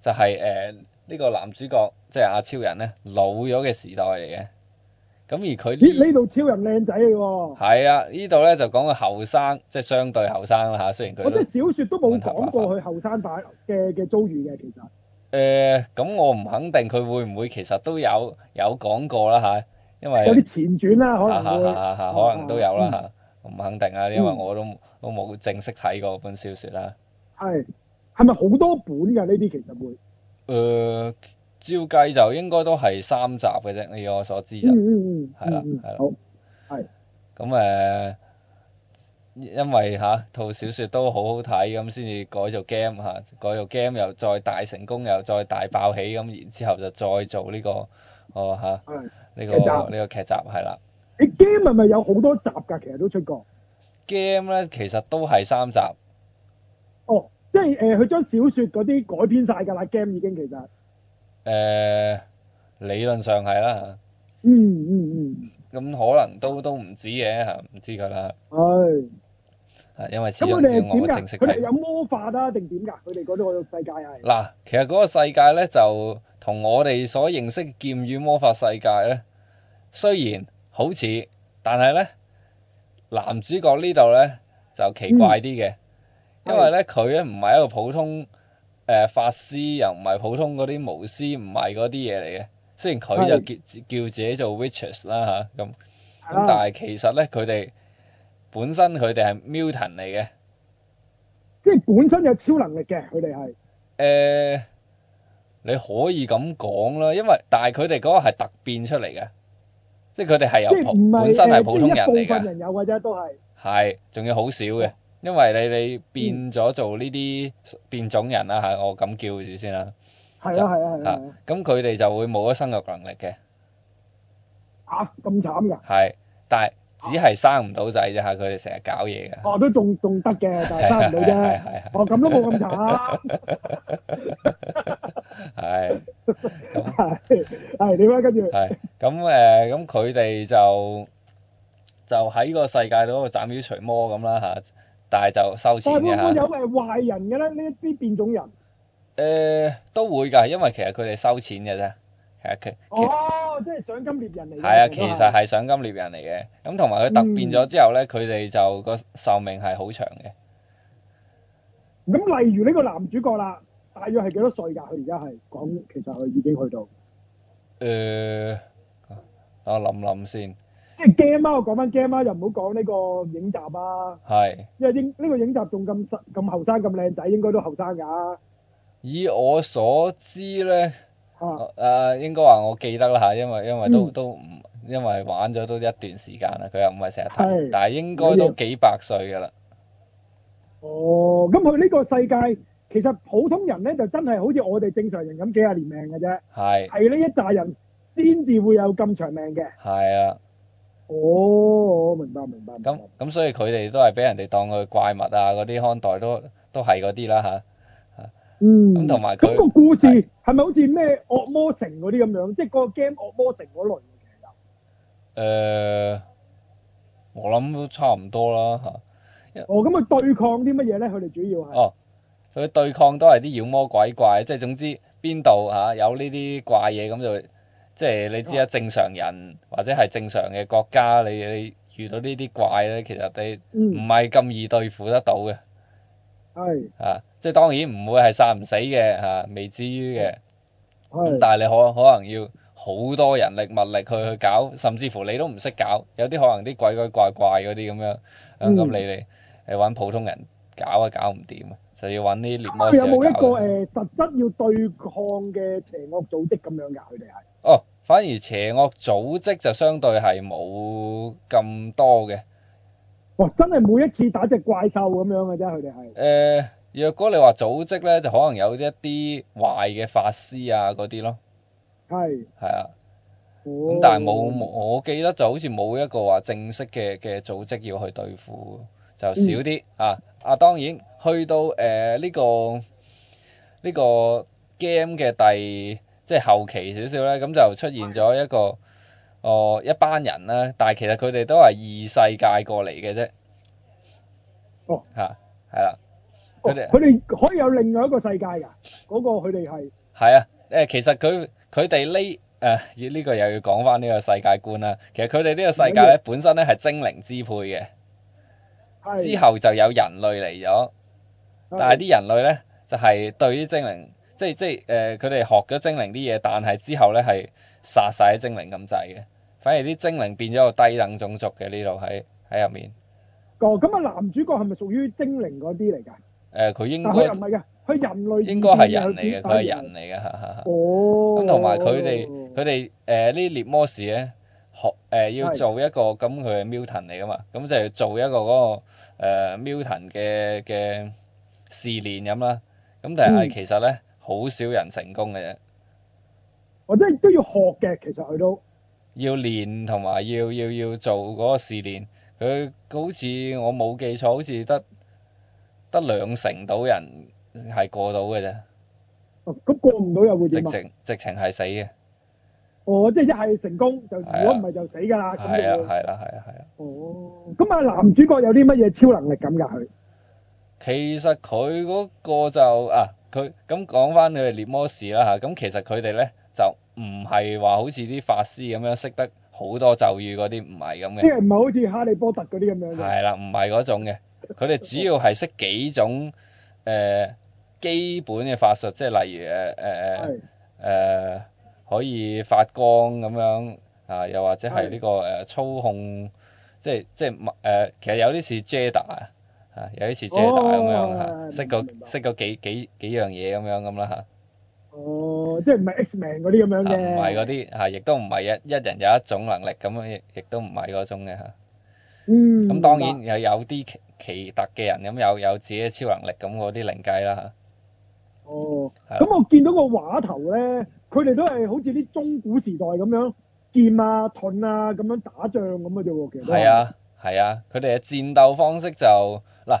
S1: 就係誒呢個男主角即係阿超人咧老咗嘅時代嚟嘅，咁而佢呢
S2: 咦呢度超人靚仔嘅喎，
S1: 係啊，呢度咧就講佢後生，即係相對後生啦嚇。雖然佢
S2: 我
S1: 都
S2: 啲小説都冇講過佢後生版嘅嘅遭遇嘅，其實
S1: 誒，呃咁、我唔肯定佢會唔會其實都有有講過啦嚇，因為
S2: 有啲前傳啦，可
S1: 嚇嚇
S2: 能會，哦
S1: 嚇嚇可能都有啦
S2: 嗯
S1: 嚇，我唔肯定啊，因為我都都冇正式睇過本小説啦。
S2: 係，係咪好多本㗎呢啲其實會，
S1: 誒、呃照計就應該都係三集嘅啫，以我所知就
S2: 嗯嗯嗯，
S1: 係啦
S2: 嗯嗯
S1: 係啦
S2: 好，
S1: 咁誒、因為嚇、套小説都好好睇，咁先至改做 game 嚇、改做 game 又再大成功，又再大爆起，咁然之後就再做呢、個哦嚇呢、
S2: 係，
S1: 個
S2: 劇集
S1: 呢、個劇集係啦。
S2: 你 game 係咪有好多集㗎？其實都出過，
S1: game 咧其實都係三集，
S2: 哦，即係誒佢將小説嗰啲改編晒㗎啦，game 已經其實，
S1: 誒、呃理論上係啦，
S2: 嗯嗯嗯，
S1: 咁可能都都唔止嘅嚇，唔知㗎啦，
S2: 係，
S1: 啊因為始
S2: 咁
S1: 終
S2: 佢
S1: 照
S2: 哋
S1: 我
S2: 係點啊
S1: 正
S2: 㗎？
S1: 式
S2: 佢哋
S1: 睇。
S2: 有魔法啊定點㗎？佢哋嗰度個世界啊係，
S1: 嗱，其實嗰個世界咧就同我哋所認識嘅劍與魔法世界咧，雖然好似，但係咧男主角呢度咧就奇怪啲嘅，
S2: 嗯
S1: 因為咧佢咧唔係一個普通誒、呃、法師，又唔係普通嗰啲巫師，唔係嗰啲嘢嚟嘅。雖然佢就
S2: 係
S1: 叫叫自己做 witches 啦嚇，咁、咁
S2: 啊
S1: 但係其實咧佢哋本身佢哋係 mutant 嚟嘅。
S2: 即係本身有超能力嘅，佢哋係。
S1: 誒、呃你可以咁講啦，因為但係佢哋嗰個係突變出嚟嘅，即係佢哋係
S2: 即
S1: 由
S2: 係
S1: 普
S2: 唔係
S1: 本身
S2: 誒
S1: 係普通人
S2: 即係
S1: 嚟
S2: 一部分
S1: 嘅，
S2: 人有嘅啫，都係
S1: 係仲要好少嘅，因為你你變咗做呢啲變種人啦嚇，我咁叫住先啦
S2: 係啊係啊係
S1: 嚇
S2: 啊係啊，
S1: 咁佢哋就會冇咗生育能力嘅，
S2: 啊咁慘㗎，
S1: 係，但係只係生唔到仔啫嚇，佢哋成日搞嘢嘅，
S2: 哦都仲仲得嘅，但係
S1: 係
S2: 生唔到
S1: 係
S2: 啫。
S1: 係係
S2: 哦咁都 冇咁慘，
S1: 係。
S2: 係係點啊？跟住
S1: 係咁誒，咁佢哋就就喺個世界嗰度斬妖除魔咁啦嚇，但係就收錢
S2: 但係
S1: 嘅
S2: 會唔會
S1: 嚇。誒、
S2: 哦有誒壞人嘅咧？呢一啲變種人，
S1: 都會㗎，因為其實佢哋收錢嘅啫，係啊，佢其
S2: 哦即係想吸金獵人嚟嘅。
S1: 係啊，
S2: 都
S1: 其實係賞金獵人嚟嘅。咁同埋佢突變咗之後咧，佢哋就個壽命係好長嘅。
S2: 咁例如呢個男主角啦，大約係幾多歲㗎？佢而家係講，其實佢已經去到，
S1: 誒、等我諗諗先。
S2: 即係 game 啊！我講翻 game 啊，又唔好講呢個影集啊，
S1: 係，
S2: 因為影呢、個影集仲咁實咁後生咁靚仔，應該都後生㗎。
S1: 以我所知咧，
S2: 嚇、
S1: 誒、啊、應該話我記得啦嚇，因為因為都、
S2: 嗯
S1: 都唔因為玩咗都一段時間啦，佢又唔係成日睇
S2: 係，
S1: 但係應該都幾百歲㗎啦。
S2: 哦，咁佢呢個世界其實普通人咧就真係好似我哋正常人咁幾廿年命嘅啫，
S1: 係
S2: 係呢一紮人先至會有咁長命嘅。
S1: 係啦，
S2: 哦，明白明白。明白
S1: 咁咁所以佢哋都係俾人哋當佢怪物啊嗰啲看待都都係嗰啲啦嚇。
S2: 嗯，
S1: 咁同埋佢
S2: 咁個故事
S1: 係
S2: 係咪好似咩惡魔城嗰啲咁樣？即係個 game 惡魔城嗰類嘅其實
S1: 誒、我諗都差唔多啦嚇。
S2: 哦，咁佢對抗啲乜嘢咧？佢哋主要係
S1: 哦，佢對抗都係啲妖魔鬼怪，即係總之邊度嚇有呢啲怪嘢咁就，即係你知啦，啊正常人或者係正常嘅國家，你你遇到呢啲怪咧，其實你唔
S2: 嗯
S1: 係咁易對付得到嘅
S2: 係
S1: 嚇、啊即係當然唔會係殺唔死嘅嚇、啊未至於嘅。咁
S2: 係
S1: 但係你可可能要好多人力物力去去搞，甚至乎你都唔識搞，有啲可能啲鬼鬼怪怪嗰啲咁樣，咁
S2: 嗯
S1: 咁你哋誒揾普通人搞啊搞唔掂啊，就要揾啲獵魔
S2: 佢
S1: 師
S2: 有冇
S1: 去
S2: 一個
S1: 搞嘅。
S2: 誒實質要對抗嘅邪惡組織咁樣㗎？佢哋係
S1: 哦，反而邪惡組織就相對係冇咁多嘅。
S2: 哇！真係每一次打隻怪獸咁樣嘅啫，佢哋係
S1: 誒、若果你話組織咧，就可能有一啲壞嘅法師啊嗰啲咯，
S2: 係。哦
S1: 係啊。
S2: 咁
S1: 咁但係冇冇，我記得就好似冇一個話正式嘅嘅組織要去對付，就少啲、啊啊！當然去到誒呃呢、個呢、個 game 嘅第即係後期少少咧，咁就出現咗一個哦一班人啦，但係其實佢哋都係異世界過嚟嘅啫。
S2: 哦。
S1: 嚇係啦，
S2: 哦
S1: 佢哋
S2: 佢哋可以有另外一個世界㗎，嗰、個佢哋係
S1: 係啊，誒其實佢佢哋呢誒呢個又要講翻呢個世界觀啦。其實佢哋呢個世界
S2: 嗯
S1: 咧本身咧係精靈支配嘅。
S2: 係
S1: 之後就有人類嚟咗，但係啲人類呢，就係、對於精靈，即係即係誒，呃佢、哋學咗精靈啲嘢，但係之後呢，係殺晒啲精靈咁滯嘅，反而啲精靈變咗個低等種族嘅呢度喺喺入面。
S2: 哦，咁啊，男主角係咪屬於精靈嗰啲嚟㗎？
S1: 誒、佢應
S2: 但佢又唔
S1: 該
S2: 係嘅，佢人類
S1: 應該係人嚟嘅，
S2: 嘅，
S1: 佢係人。嚟嘅，哈哈哈。
S2: 哦。
S1: 咁同埋佢哋佢哋誒呢獵魔士咧學誒、要
S2: 係
S1: 做一個咁佢係 Milton 嚟噶嘛，咁就要做一個嗰、個、呃、Milton 嘅嘅試練咁啦。咁但係
S2: 嗯
S1: 其實咧好少人成功嘅啫，
S2: 我哦真係都要學嘅，其實佢都
S1: 要練同埋要要要做嗰個試練。佢好似我冇記錯，好似得得兩成到人係過到嘅啫，
S2: 哦咁過唔到又會
S1: 直
S2: 點啊？
S1: 情直情係死嘅。
S2: 哦，即係一係成功就，如
S1: 係啊
S2: 果唔係就死㗎啦。
S1: 係
S2: 咁
S1: 啊
S2: 樣
S1: 係啦係啊係啊。
S2: 哦，咁啊，男主角有啲乜嘢超能力咁㗎？佢
S1: 其實佢嗰個就啊，佢咁講翻佢哋獵魔士啦嚇，咁其實佢哋咧就唔係話好似啲法師咁樣識得好多咒語嗰啲，唔係咁
S2: 即
S1: 嘅，
S2: 係唔係好似哈利波特嗰啲咁樣嘅？
S1: 係啦，唔係嗰種嘅，佢哋主要係識幾種誒、呃基本嘅法術，即係例如誒誒
S2: 係
S1: 誒呃可以發光咁樣啊，又或者係呢、個誒、呃操控，即係即係誒、呃其實有啲似 Jedi 啊。啊，有啲似 Jedi 咁樣
S2: 哦
S1: 嚇，識
S2: 明白
S1: 個
S2: 明白
S1: 識個幾幾幾樣嘢咁樣咁啦嚇，
S2: 哦，即係唔係 X-Men 嗰啲咁樣
S1: 啊
S2: 嘅？
S1: 唔係嗰啲嚇，亦都唔係一一人有一種能力咁樣，亦亦都唔係嗰種嘅嚇。
S2: 嗯，
S1: 咁當
S2: 明
S1: 然
S2: 白
S1: 有有啲奇奇特嘅人咁有有自己嘅超能力咁嗰啲另計啦
S2: 哦，
S1: 係啦啊
S2: 咁我見到個畫頭咧，佢哋都係好似啲中古時代咁樣劍啊、盾啊咁樣打仗咁嘅啫喎，其實
S1: 嚇。
S2: 都
S1: 係，啊係啊，佢哋嘅戰鬥方式就嗱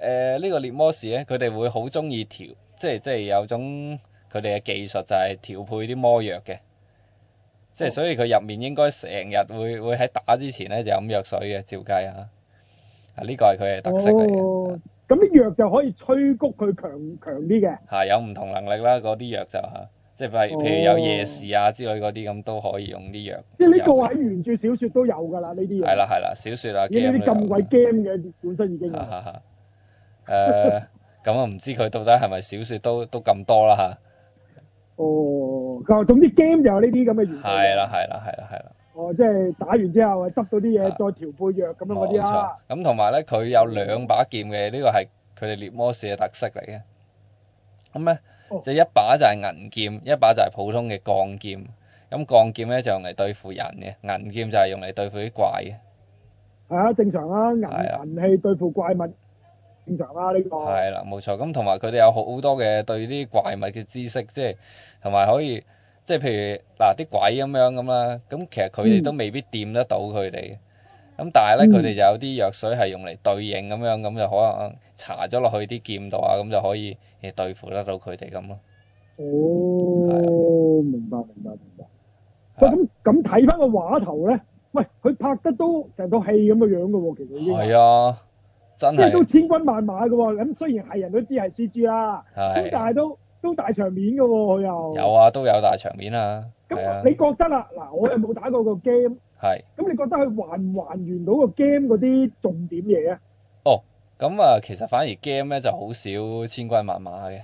S1: 誒呢個獵魔士咧，佢哋會好中意調，即係即係有種佢哋嘅技術就係調配啲魔藥嘅。即係
S2: 哦
S1: 所以佢入面應該成日會會喺打之前咧就飲藥水嘅，照計嚇。啊，呢個係佢嘅特色嚟嘅。
S2: 哦，咁啲藥就可以催谷佢強強啲嘅。
S1: 係有唔同能力啦，嗰啲藥就嚇，即係譬
S2: 哦
S1: 如譬如有夜視啊之類嗰啲咁都可以用啲藥。
S2: 即係呢個喺原著小説都有㗎啦，呢啲嘢。
S1: 係啦係啦，小説啊
S2: 咦，
S1: game
S2: 呢啲咁鬼
S1: 鬼
S2: game 嘅本身已 經
S1: 哈
S2: 係
S1: 哈哈！誒，咁啊唔知佢到底係咪小説都都咁多啦嚇？
S2: 哦，咁總之 game 就有呢啲咁嘅元素。
S1: 係啦。係啦係啦係啦。
S2: 哦，即係打完之後，執到啲嘢
S1: 啊
S2: 再調配藥咁樣啊嗰
S1: 冇
S2: 啲啦
S1: 錯。。咁同埋咧，佢有兩把劍嘅，呢個係佢哋獵魔士嘅特色嚟嘅。咁咧
S2: 哦
S1: 就一把就係銀劍，一把就係普通嘅鋼劍。咁鋼劍咧就用嚟對付人嘅，銀劍就係用嚟對付啲怪嘅。
S2: 係啊，正常啦，
S1: 係啊
S2: 銀銀器對付怪物正常啦，呢個。
S1: 係啦，冇錯。咁同埋佢哋有好多嘅對啲怪物嘅知識，即係同埋可以，即係譬如嗱啲鬼咁樣咁啦。咁其實佢哋都未必掂得到佢哋嘅。咁但係咧，
S2: 嗯
S1: 佢哋就有啲藥水係用嚟對應咁樣，咁就可能搽咗落去啲劍度啊，咁就可以誒對付得到佢哋咁咯。
S2: 哦，明白明白明白。喂，
S1: 係啊
S2: 咁咁睇翻個畫頭咧，喂，佢拍得都成套戲咁嘅樣嘅喎，其實已經。
S1: 係啊，真
S2: 即係都
S1: 係
S2: 千軍萬馬嘅喎，咁雖然係人都知係 C G 啦，咁但
S1: 係
S2: 係都都大場面嘅喎，佢又
S1: 有啊，都有大場面啊，係啊
S2: 咁，你覺得啦，嗱，我又冇打過個 game，
S1: 係。
S2: 咁你覺得佢還唔還原到個 game 嗰啲重點嘢啊？
S1: 咁啊，其實反而 game 咧就好少千軍萬馬嘅。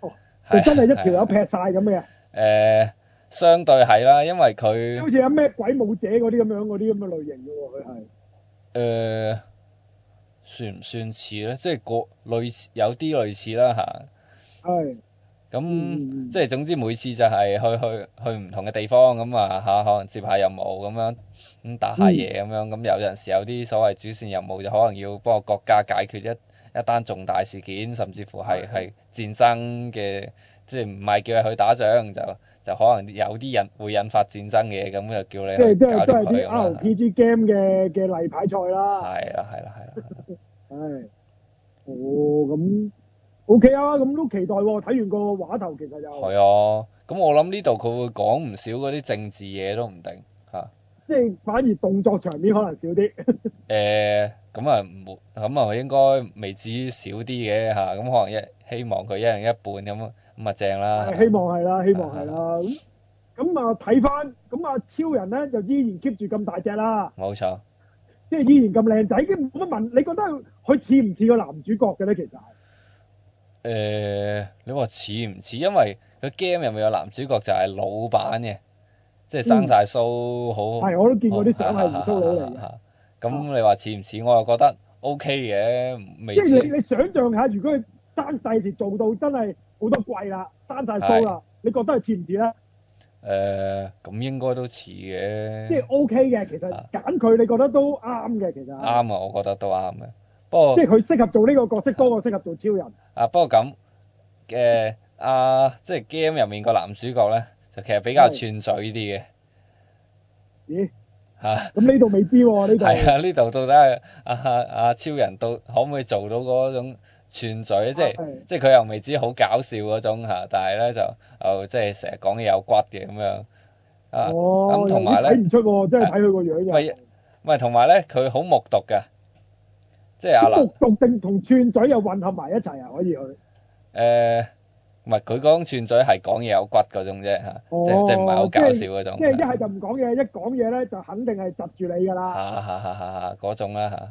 S2: 哦
S1: 係啊，
S2: 佢真係一條
S1: 係啊
S2: 友劈晒咁嘅，
S1: 誒、呃相對係啦，因為佢
S2: 好
S1: 誒、
S2: 似有咩鬼武者嗰啲咁樣嗰啲咁嘅類型嘅喎，佢係
S1: 呃算唔算似咧？即係個類似有啲類似啦吓，
S2: 係
S1: 咁、
S2: 嗯
S1: 即係總之每次就係去去去唔同嘅地方咁啊嚇，可能接下任務咁樣，咁打下嘢咁樣，
S2: 嗯
S1: 咁有陣時有啲所謂主線任務就可能要幫個國家解決一一單重大事件，甚至乎
S2: 嗯
S1: 係係戰爭嘅，即係唔係叫你去打仗就就可能有啲人會引發戰爭嘅嘢，咁啊就叫你
S2: 即係
S1: 去
S2: 即
S1: 啊搞
S2: 係都
S1: 掂佢
S2: 係啲
S1: 咁啦。
S2: R P G game 嘅嘅例牌賽啦，
S1: 係啦，係啦，係啦。
S2: 係哦咁 O K 啊，咁都期待喎，睇完個畫頭其實又。
S1: 係啊，咁我諗呢度佢會講唔少嗰啲政治嘢都唔定嚇。
S2: 即係反而動作場面可能少啲，
S1: 誒，咁啊冇，咁啊應該未至於少啲嘅嚇。咁可能一希望佢一人一半咁啊，咁啊正啦。
S2: 希望係啦，希望係
S1: 啊
S2: 啦。咁咁啊睇翻，咁啊超人咧就依然 keep 住咁大隻啦，
S1: 冇錯。
S2: 即係依然咁靚仔，咁冇乜問。你覺得佢似唔似個男主角嘅咧？其實係
S1: 誒，呃你話似唔似？因為個 game 入面有男主角就係老闆嘅，即係生晒須，好。
S2: 嗯係我都見過啲相
S1: 哦
S2: 係胡鬚佬嚟嘅。
S1: 嘅。咁你話似唔似？我又覺得 OK 嘅，未
S2: 即係你
S1: 至。
S2: 你想象下，如果佢生細時做到真係好多貴啦，生晒須啦，你覺得佢似唔似啊咧？
S1: 誒，呃咁應該都似嘅。
S2: 即係 O K 嘅，其實
S1: 嗯啊
S2: 揀佢你覺得都啱嘅，其實。
S1: 啱啊，我覺得都啱嘅。不過
S2: 即係佢適合做呢個角色多過適合做超人。
S1: 啊，不過咁嘅啊，即係 game 入面個男主角咧，就其實比
S2: 嗯
S1: 較串嘴啲嘅
S2: 咦？
S1: 嚇。
S2: 咁呢度未知喎，呢度。
S1: 係啊，呢度到底係啊啊超人到可唔可以做到嗰種串嘴？即係
S2: 係
S1: 即係佢又未至好搞笑嗰種嚇，但係咧就哦即係成日講嘢有骨嘅咁樣啊。
S2: 哦，
S1: 咁同埋咧啊
S2: 有啲睇唔出喎，真係睇佢個樣
S1: 咪
S2: 嘅。
S1: 咪同埋咧，佢好木獨㗎，即係阿
S2: 咁
S1: 男
S2: 木獨定同串嘴又混合埋一齊啊？可以佢。
S1: 誒，呃唔係佢嗰種串嘴係講嘢有骨嗰種啫嚇，即係即係唔係好
S2: 哦
S1: 搞笑嗰種。
S2: 即係一係就唔講嘢，一講嘢咧就肯定係窒住你㗎啦。
S1: 嚇嚇嚇嚇嚇嗰種啦嚇，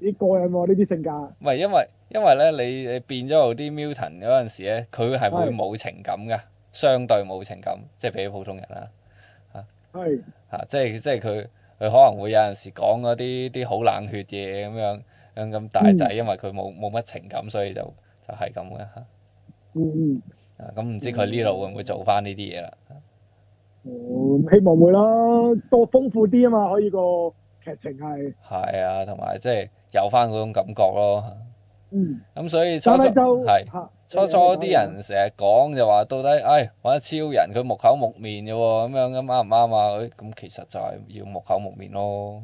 S2: 呢過癮喎，呢啲性格。
S1: 唔係因為因為咧你你變咗做啲 Milton 嗰陣時咧，佢係會
S2: 係
S1: 冇情感噶，相對冇情感，即係比起普通人啦
S2: 係。
S1: 嚇、即係即係佢佢可能會有陣時講嗰啲啲好冷血嘢咁樣咁咁，但係就係因為佢冇冇乜情感，所以就就係咁嘅嚇。
S2: 嗯。
S1: 啊咁唔知佢呢度會唔會做翻呢啲嘢啦？
S2: 哦，希望會啦，多豐富啲啊嘛，可以個劇情係。
S1: 係啊，同埋即係有翻嗰種感覺咯。
S2: 嗯。
S1: 咁所以初
S2: 但
S1: 初
S2: 係就
S1: 係。
S2: 嚇
S1: 初初啲人成日講就話到底，唉揾超人佢木口木面嘅喎，咁樣咁啱唔啱啊？誒咁其實就係要木口木面咯，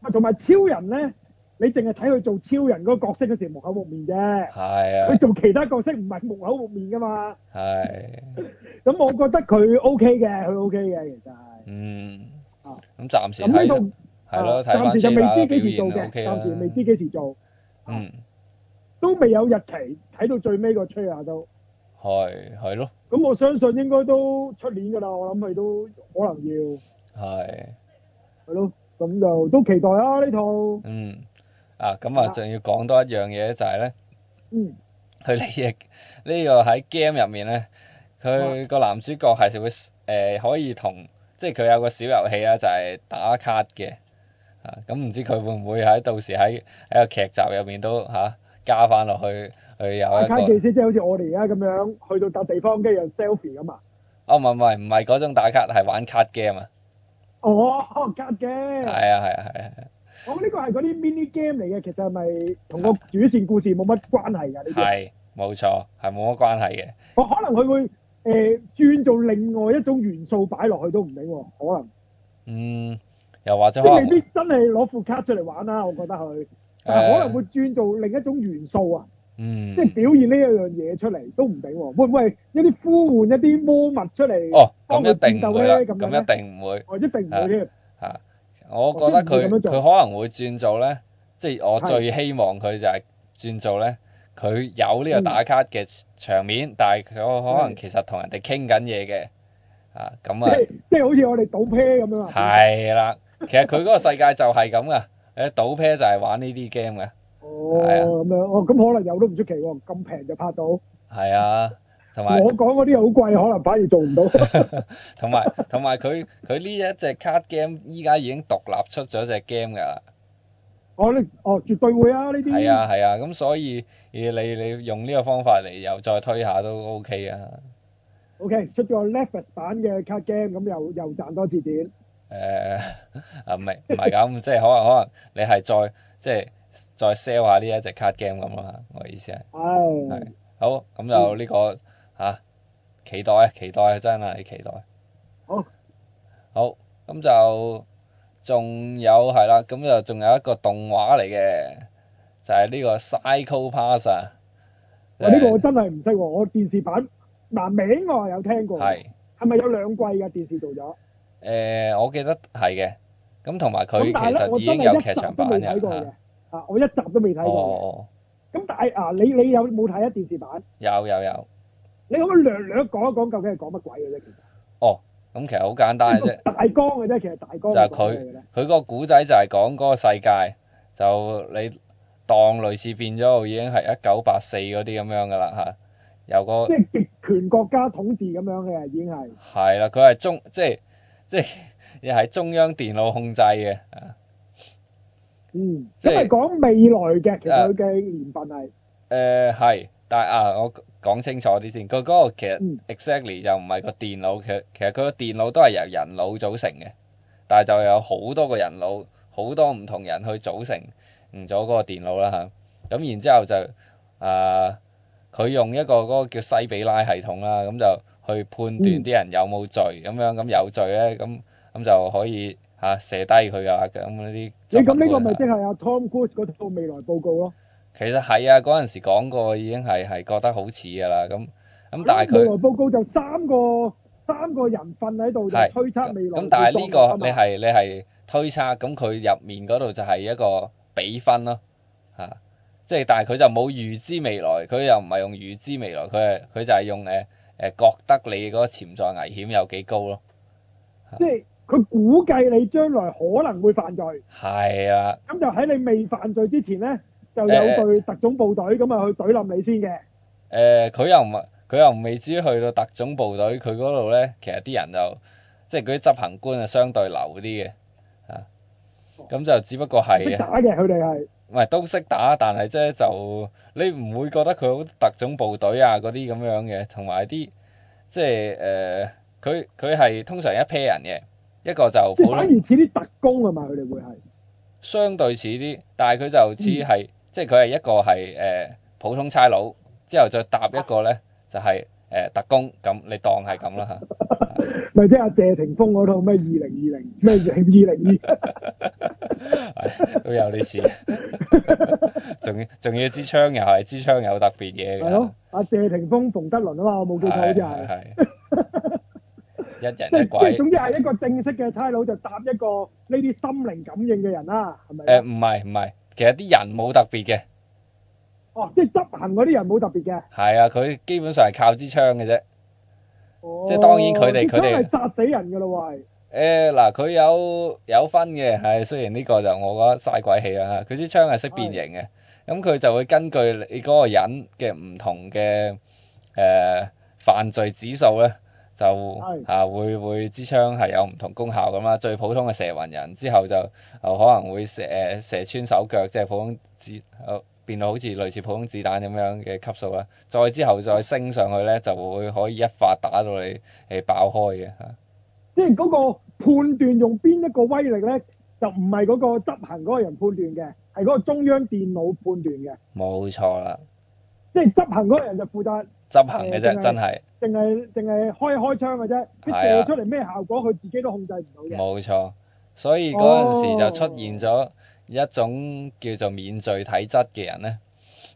S2: 啊同埋超人咧，你淨係睇佢做超人嗰個角色嗰時木口木面啫。
S1: 係啊
S2: 佢，做其他角色唔係木口木面㗎嘛。
S1: 係，
S2: 咁我覺得佢 O K 嘅，佢 O K 嘅，其實係。
S1: 嗯
S2: 啊，
S1: 咁暫時
S2: 咁呢
S1: 睇
S2: 度
S1: 係咯，
S2: 啊
S1: 睇翻
S2: 暫時就
S1: t r
S2: 未
S1: a
S2: 知
S1: 表
S2: 幾時做
S1: 現就啊
S2: 嘅，
S1: OK 啦
S2: 暫，時未知幾時做，
S1: 嗯，
S2: 都未有日期，睇到最尾個吹下都。
S1: 係係咯，
S2: 咁我相信應該都出年㗎啦，我諗佢都可能要
S1: 係
S2: 係咯，咁就都期待啦呢套，
S1: 嗯啊咁啊，仲要講多一樣嘢就係咧，
S2: 嗯
S1: 佢呢亦呢個喺 game 入面咧，佢個男主角係會誒、呃可以同即係佢有個小遊戲啦，就係、打卡嘅啊。咁唔知佢會唔會喺到時喺喺個劇集入面都嚇、啊加翻落去，佢有
S2: 打
S1: 一
S2: 卡技
S1: 個
S2: 師即係好似啊我哋而家咁樣去到笪地方跟住又 selfie 咁啊，
S1: 哦唔係唔係唔係嗰種打卡係玩卡 game 啊，
S2: 哦卡
S1: 係
S2: 嘅，
S1: 啊係啊係啊
S2: 我呢個係嗰啲 mini game 嚟嘅，其實係咪同個主線故事冇乜關係㗎？呢啲？
S1: 係冇錯係冇乜關係嘅。
S2: 我可能佢會誒、呃、轉做另外一種元素擺落去都唔定喎，可能
S1: 嗯，又或者
S2: 即
S1: 可能
S2: 係未必真係攞副卡出嚟玩啦，我覺得佢，但係可能會轉做另一種元素啊，
S1: 嗯
S2: 即係表現呢一樣嘢出嚟都唔定喎，會唔會係一啲呼喚一啲魔物出嚟？
S1: 哦，咁一定唔會啦，
S2: 幫佢戰鬥呢咁樣呢
S1: 咁一定唔會
S2: 我一定唔會添，
S1: 嚇、啊我覺得佢
S2: 哦即係唔
S1: 佢
S2: 會咁樣做
S1: 可能會轉做咧，即係我
S2: 係
S1: 最希望佢就係轉做咧，佢有呢個打卡嘅
S2: 嗯
S1: 場面，但係佢可能
S2: 係
S1: 其實同人哋傾緊嘢嘅啊，咁
S2: 即
S1: 啊
S2: 係即係好似我哋賭 pair 咁樣啊。
S1: 係啦，其實佢嗰個世界就係咁噶，誒賭 pair 就係玩呢啲 game 嘅，
S2: 哦，
S1: 係啊
S2: 咁樣，哦，咁可能有都唔出奇喎，咁平就拍到。我
S1: 係啊，同埋。
S2: 講嗰啲好貴，可能反而 做唔到。
S1: 同埋同埋佢佢呢一隻 card game 依家已經獨立出咗隻 game 㗎啦，
S2: 我呢，哦，絕對會啊！呢啲
S1: 係啊係啊，咁所以你你用呢個方法嚟又再推下都 OK 啊，
S2: O.K. 出咗 Netflix 版嘅 card game，咁又又賺多次錢。
S1: 誒、啊唔係唔係咁， 即係可能可能你係再即係再 sell 下呢一隻 card game 咁啦，我意思係，
S2: 唉
S1: 係，好咁
S2: 嗯
S1: 就呢、個嚇、啊期待啊期待啊真係期待，
S2: 好，
S1: 好咁就仲有係啦，咁就仲有一個動畫嚟嘅，就係、呢個 Psycho Pass 啊，
S2: 我哦呢個我真係唔識喎，我電視版嗱名我係有聽過，
S1: 係
S2: 係咪有兩季㗎電視做咗？
S1: 誒、我記得係嘅，咁同埋佢
S2: 咁但係
S1: 其
S2: 咧，
S1: 實
S2: 我
S1: 已
S2: 真
S1: 經有
S2: 係一
S1: 劇
S2: 集
S1: 場
S2: 都
S1: 版
S2: 未
S1: 嘅
S2: 睇過
S1: 嚇
S2: 嘅，啊，我一集都未睇過嘅。
S1: 哦，
S2: 咁但係啊，你你有冇睇啊電視版？
S1: 有有有。
S2: 你可唔可以略略講一講究竟係講乜鬼嘅啫？其實
S1: 咁其實好簡單嘅啫，
S2: 大綱嘅啫，其實大綱
S1: 就
S2: 係
S1: 係
S2: 講咩嘅
S1: 佢
S2: 咧？
S1: 佢個古仔就係講嗰個世界，就你當類似變咗已經係一九八四嗰啲咁樣噶啦嚇，有個
S2: 即係極權國家統治咁樣嘅，已經係
S1: 係啦，佢係中即係即係又係中央電腦控制嘅，啊
S2: 嗯，
S1: 即
S2: 咁
S1: 係
S2: 係講未來嘅，其實佢嘅年份係
S1: 誒呃係，但係啊我講清楚啲先，佢嗰個其實
S2: 嗯
S1: exactly 就唔係個電腦，其實其實佢個電腦都係由人腦組成嘅，但係就有好多個人腦，好多唔同人去組成唔咗嗰個電腦啦嚇。咁然之後就啊，佢、用一個嗰個叫西比拉系統啦，咁就去判斷
S2: 嗯
S1: 啲人有冇罪，咁樣咁有罪咧，咁咁就可以嚇、啊射低佢噶啦。咁嗰啲
S2: 你
S1: 執法
S2: 咁呢個
S1: 官啊
S2: 咪即係阿 Tom Cruise 嗰套未來報告咯？
S1: 其實係啊，嗰陣時講過已經係係覺得好似㗎啦，咁咁但係
S2: 未來
S1: 佢
S2: 報告就三個三個人瞓喺度就
S1: 係
S2: 推測未來
S1: 咁，但係呢
S2: 狀況啊
S1: 個
S2: 嘛
S1: 你係你係推測，咁佢入面嗰度就係一個比分咯，嚇、即係但係佢就冇預知未來，佢又唔係用預知未來，佢係佢就係用誒誒、呃覺得你嗰個潛在危險有幾高咯，
S2: 即係佢估計你將來可能會犯罪，
S1: 係啊，
S2: 咁就喺你未犯罪之前咧，就有
S1: 誒
S2: 隊特種部隊咁啊去懟冧你先嘅。
S1: 誒、呃佢又唔係佢又唔未至於去到特種部隊，佢嗰度咧其實啲人就即係嗰啲執行官啊相對流啲嘅，啊，咁就只不過
S2: 識
S1: 係。啊
S2: 打嘅佢哋係，
S1: 唔係都識打，但係啫就你唔會覺得佢好特種部隊啊嗰啲咁樣嘅，同埋啲即係誒佢佢係通常一 pair 人嘅，一個就
S2: 即係
S1: 普
S2: 反而
S1: 通
S2: 似啲特工啊嘛，佢哋會係。
S1: 相對似啲，但係佢就
S2: 嗯
S1: 似係、即係佢係一個係誒、呃普通差佬，之後再搭一個咧就係、呃特工咁，你當係咁啦嚇。
S2: 咪即係阿謝霆鋒嗰套咩二零二零咩二 零
S1: 啊
S2: 二二，
S1: 係都有啲似，仲要仲要支槍又係支槍有特別嘢嘅，
S2: 係咯，阿謝霆鋒馮德倫啊嘛，我冇記錯好似
S1: 係
S2: 係，
S1: 係係一
S2: 即
S1: 人一
S2: 係即係
S1: 鬼。
S2: 總之係一個正式嘅差佬就搭一個呢啲心靈感應嘅人啦，係咪？啊
S1: 誒唔係唔係，其實啲人冇特別嘅，
S2: 哦哦，即係執行嗰啲人冇特別嘅。
S1: 係啊，佢基本上係靠支槍嘅啫。即
S2: 即
S1: 係當然佢哋佢哋
S2: 哦係殺死人㗎咯喎，
S1: 誒嗱，佢有有分嘅，係雖然呢個就我覺得嘥鬼氣啦，佢支槍係識變形嘅，咁佢就會根據你嗰個人嘅唔同嘅誒、呃犯罪指數咧，就
S2: 係
S1: 嚇、啊、會會支槍係有唔同功效咁啦。最普通嘅射暈人之後就呃可能會射誒射穿手腳，即係普通子呃變到好似類似普通子彈咁樣嘅級數啦。再之後再升上去咧，就會可以一發打到你誒爆開嘅啊嚇。
S2: 即係嗰個判斷用邊一個威力咧，就唔係嗰個執行嗰個人判斷嘅，係嗰個中央電腦判斷嘅。
S1: 冇錯啦，
S2: 即係執行嗰個人就負責，
S1: 執行嘅啫，
S2: 係
S1: 真係
S2: 淨係淨係開開槍嘅啫，佢
S1: 係啊
S2: 射出嚟咩效果佢自己都控制唔到嘅。
S1: 冇錯。所以嗰陣時就出現咗一種叫做免罪體質嘅人呢，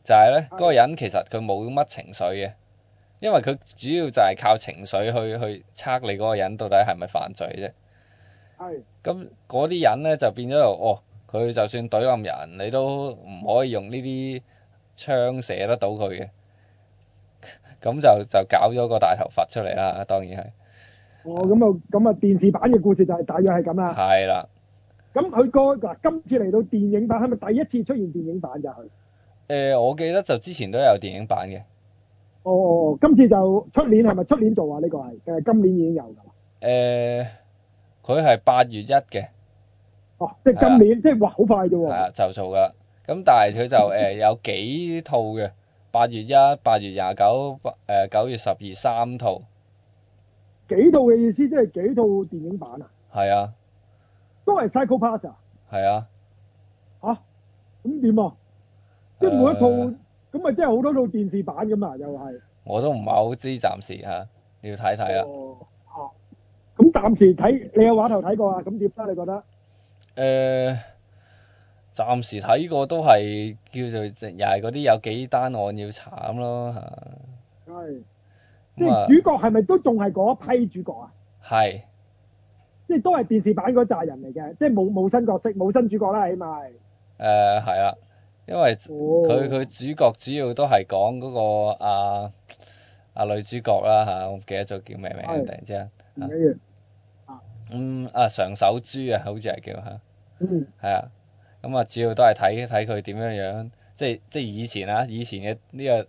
S1: 就係呢
S2: 係
S1: 嗰個人其實佢冇乜情緒嘅，因為佢主要就係靠情緒去去測你嗰個人到底係咪犯罪啫。
S2: 係
S1: 咁嗰啲人呢，就變咗就哦，佢就算懟冧人，你都唔可以用呢啲槍射得到佢嘅。咁就就搞咗個大頭佛出嚟啦，當然
S2: 哦，咁啊咁啊，電視版嘅故事就係大約係咁
S1: 係，
S2: 啦。
S1: 係啦。
S2: 咁佢個嗱今次嚟到電影版係咪第一次出現電影版就係？
S1: 誒、呃我記得就之前都有電影版嘅。誒、
S2: 哦哦，哦今次就出年係咪出年做啊？呢個係定係今年已經有㗎啦？
S1: 呃佢係八月一嘅，
S2: 哦，即係今年，即係哇，好快啫
S1: 係啊
S2: 喎！
S1: 就做㗎啦。咁但係佢就誒、有幾套嘅，八月一、八月廿九、誒九月十二三套，
S2: 幾套嘅意思即係幾套電影版啊？
S1: 係啊
S2: 都係 Psycho Pass 啊？
S1: 係啊，
S2: 嚇？咁點啊？即係每一套
S1: 誒
S2: 咁咪即係好多套電視版咁啊？又係
S1: 我都唔係好知，暫時嚇、要睇睇啦。誒、
S2: 哦哦咁暫時睇你有話頭睇過啊？咁點咧？你覺得？
S1: 呃暫時睇過都係叫做又係嗰啲有幾單案要查咁咯嚇。
S2: 係即
S1: 咁
S2: 係
S1: 啊
S2: 主角係咪都仲係嗰一批主角啊？
S1: 係
S2: 即係都係電視版嗰扎人嚟嘅，即係冇冇新角色、冇新主角啦，起碼。
S1: 啊誒呃係啦，因為。
S2: 哦。
S1: 佢佢主角主要都係講嗰個啊啊女主角啦嚇，我唔記得咗叫咩名
S2: 係
S1: 突然之間，
S2: 唔緊要。
S1: 嗯啊常守珠啊，好似係叫嚇，
S2: 嗯。
S1: 係啊，咁啊主要都係睇睇佢點樣樣，即係即係以前啊，以前嘅呢、個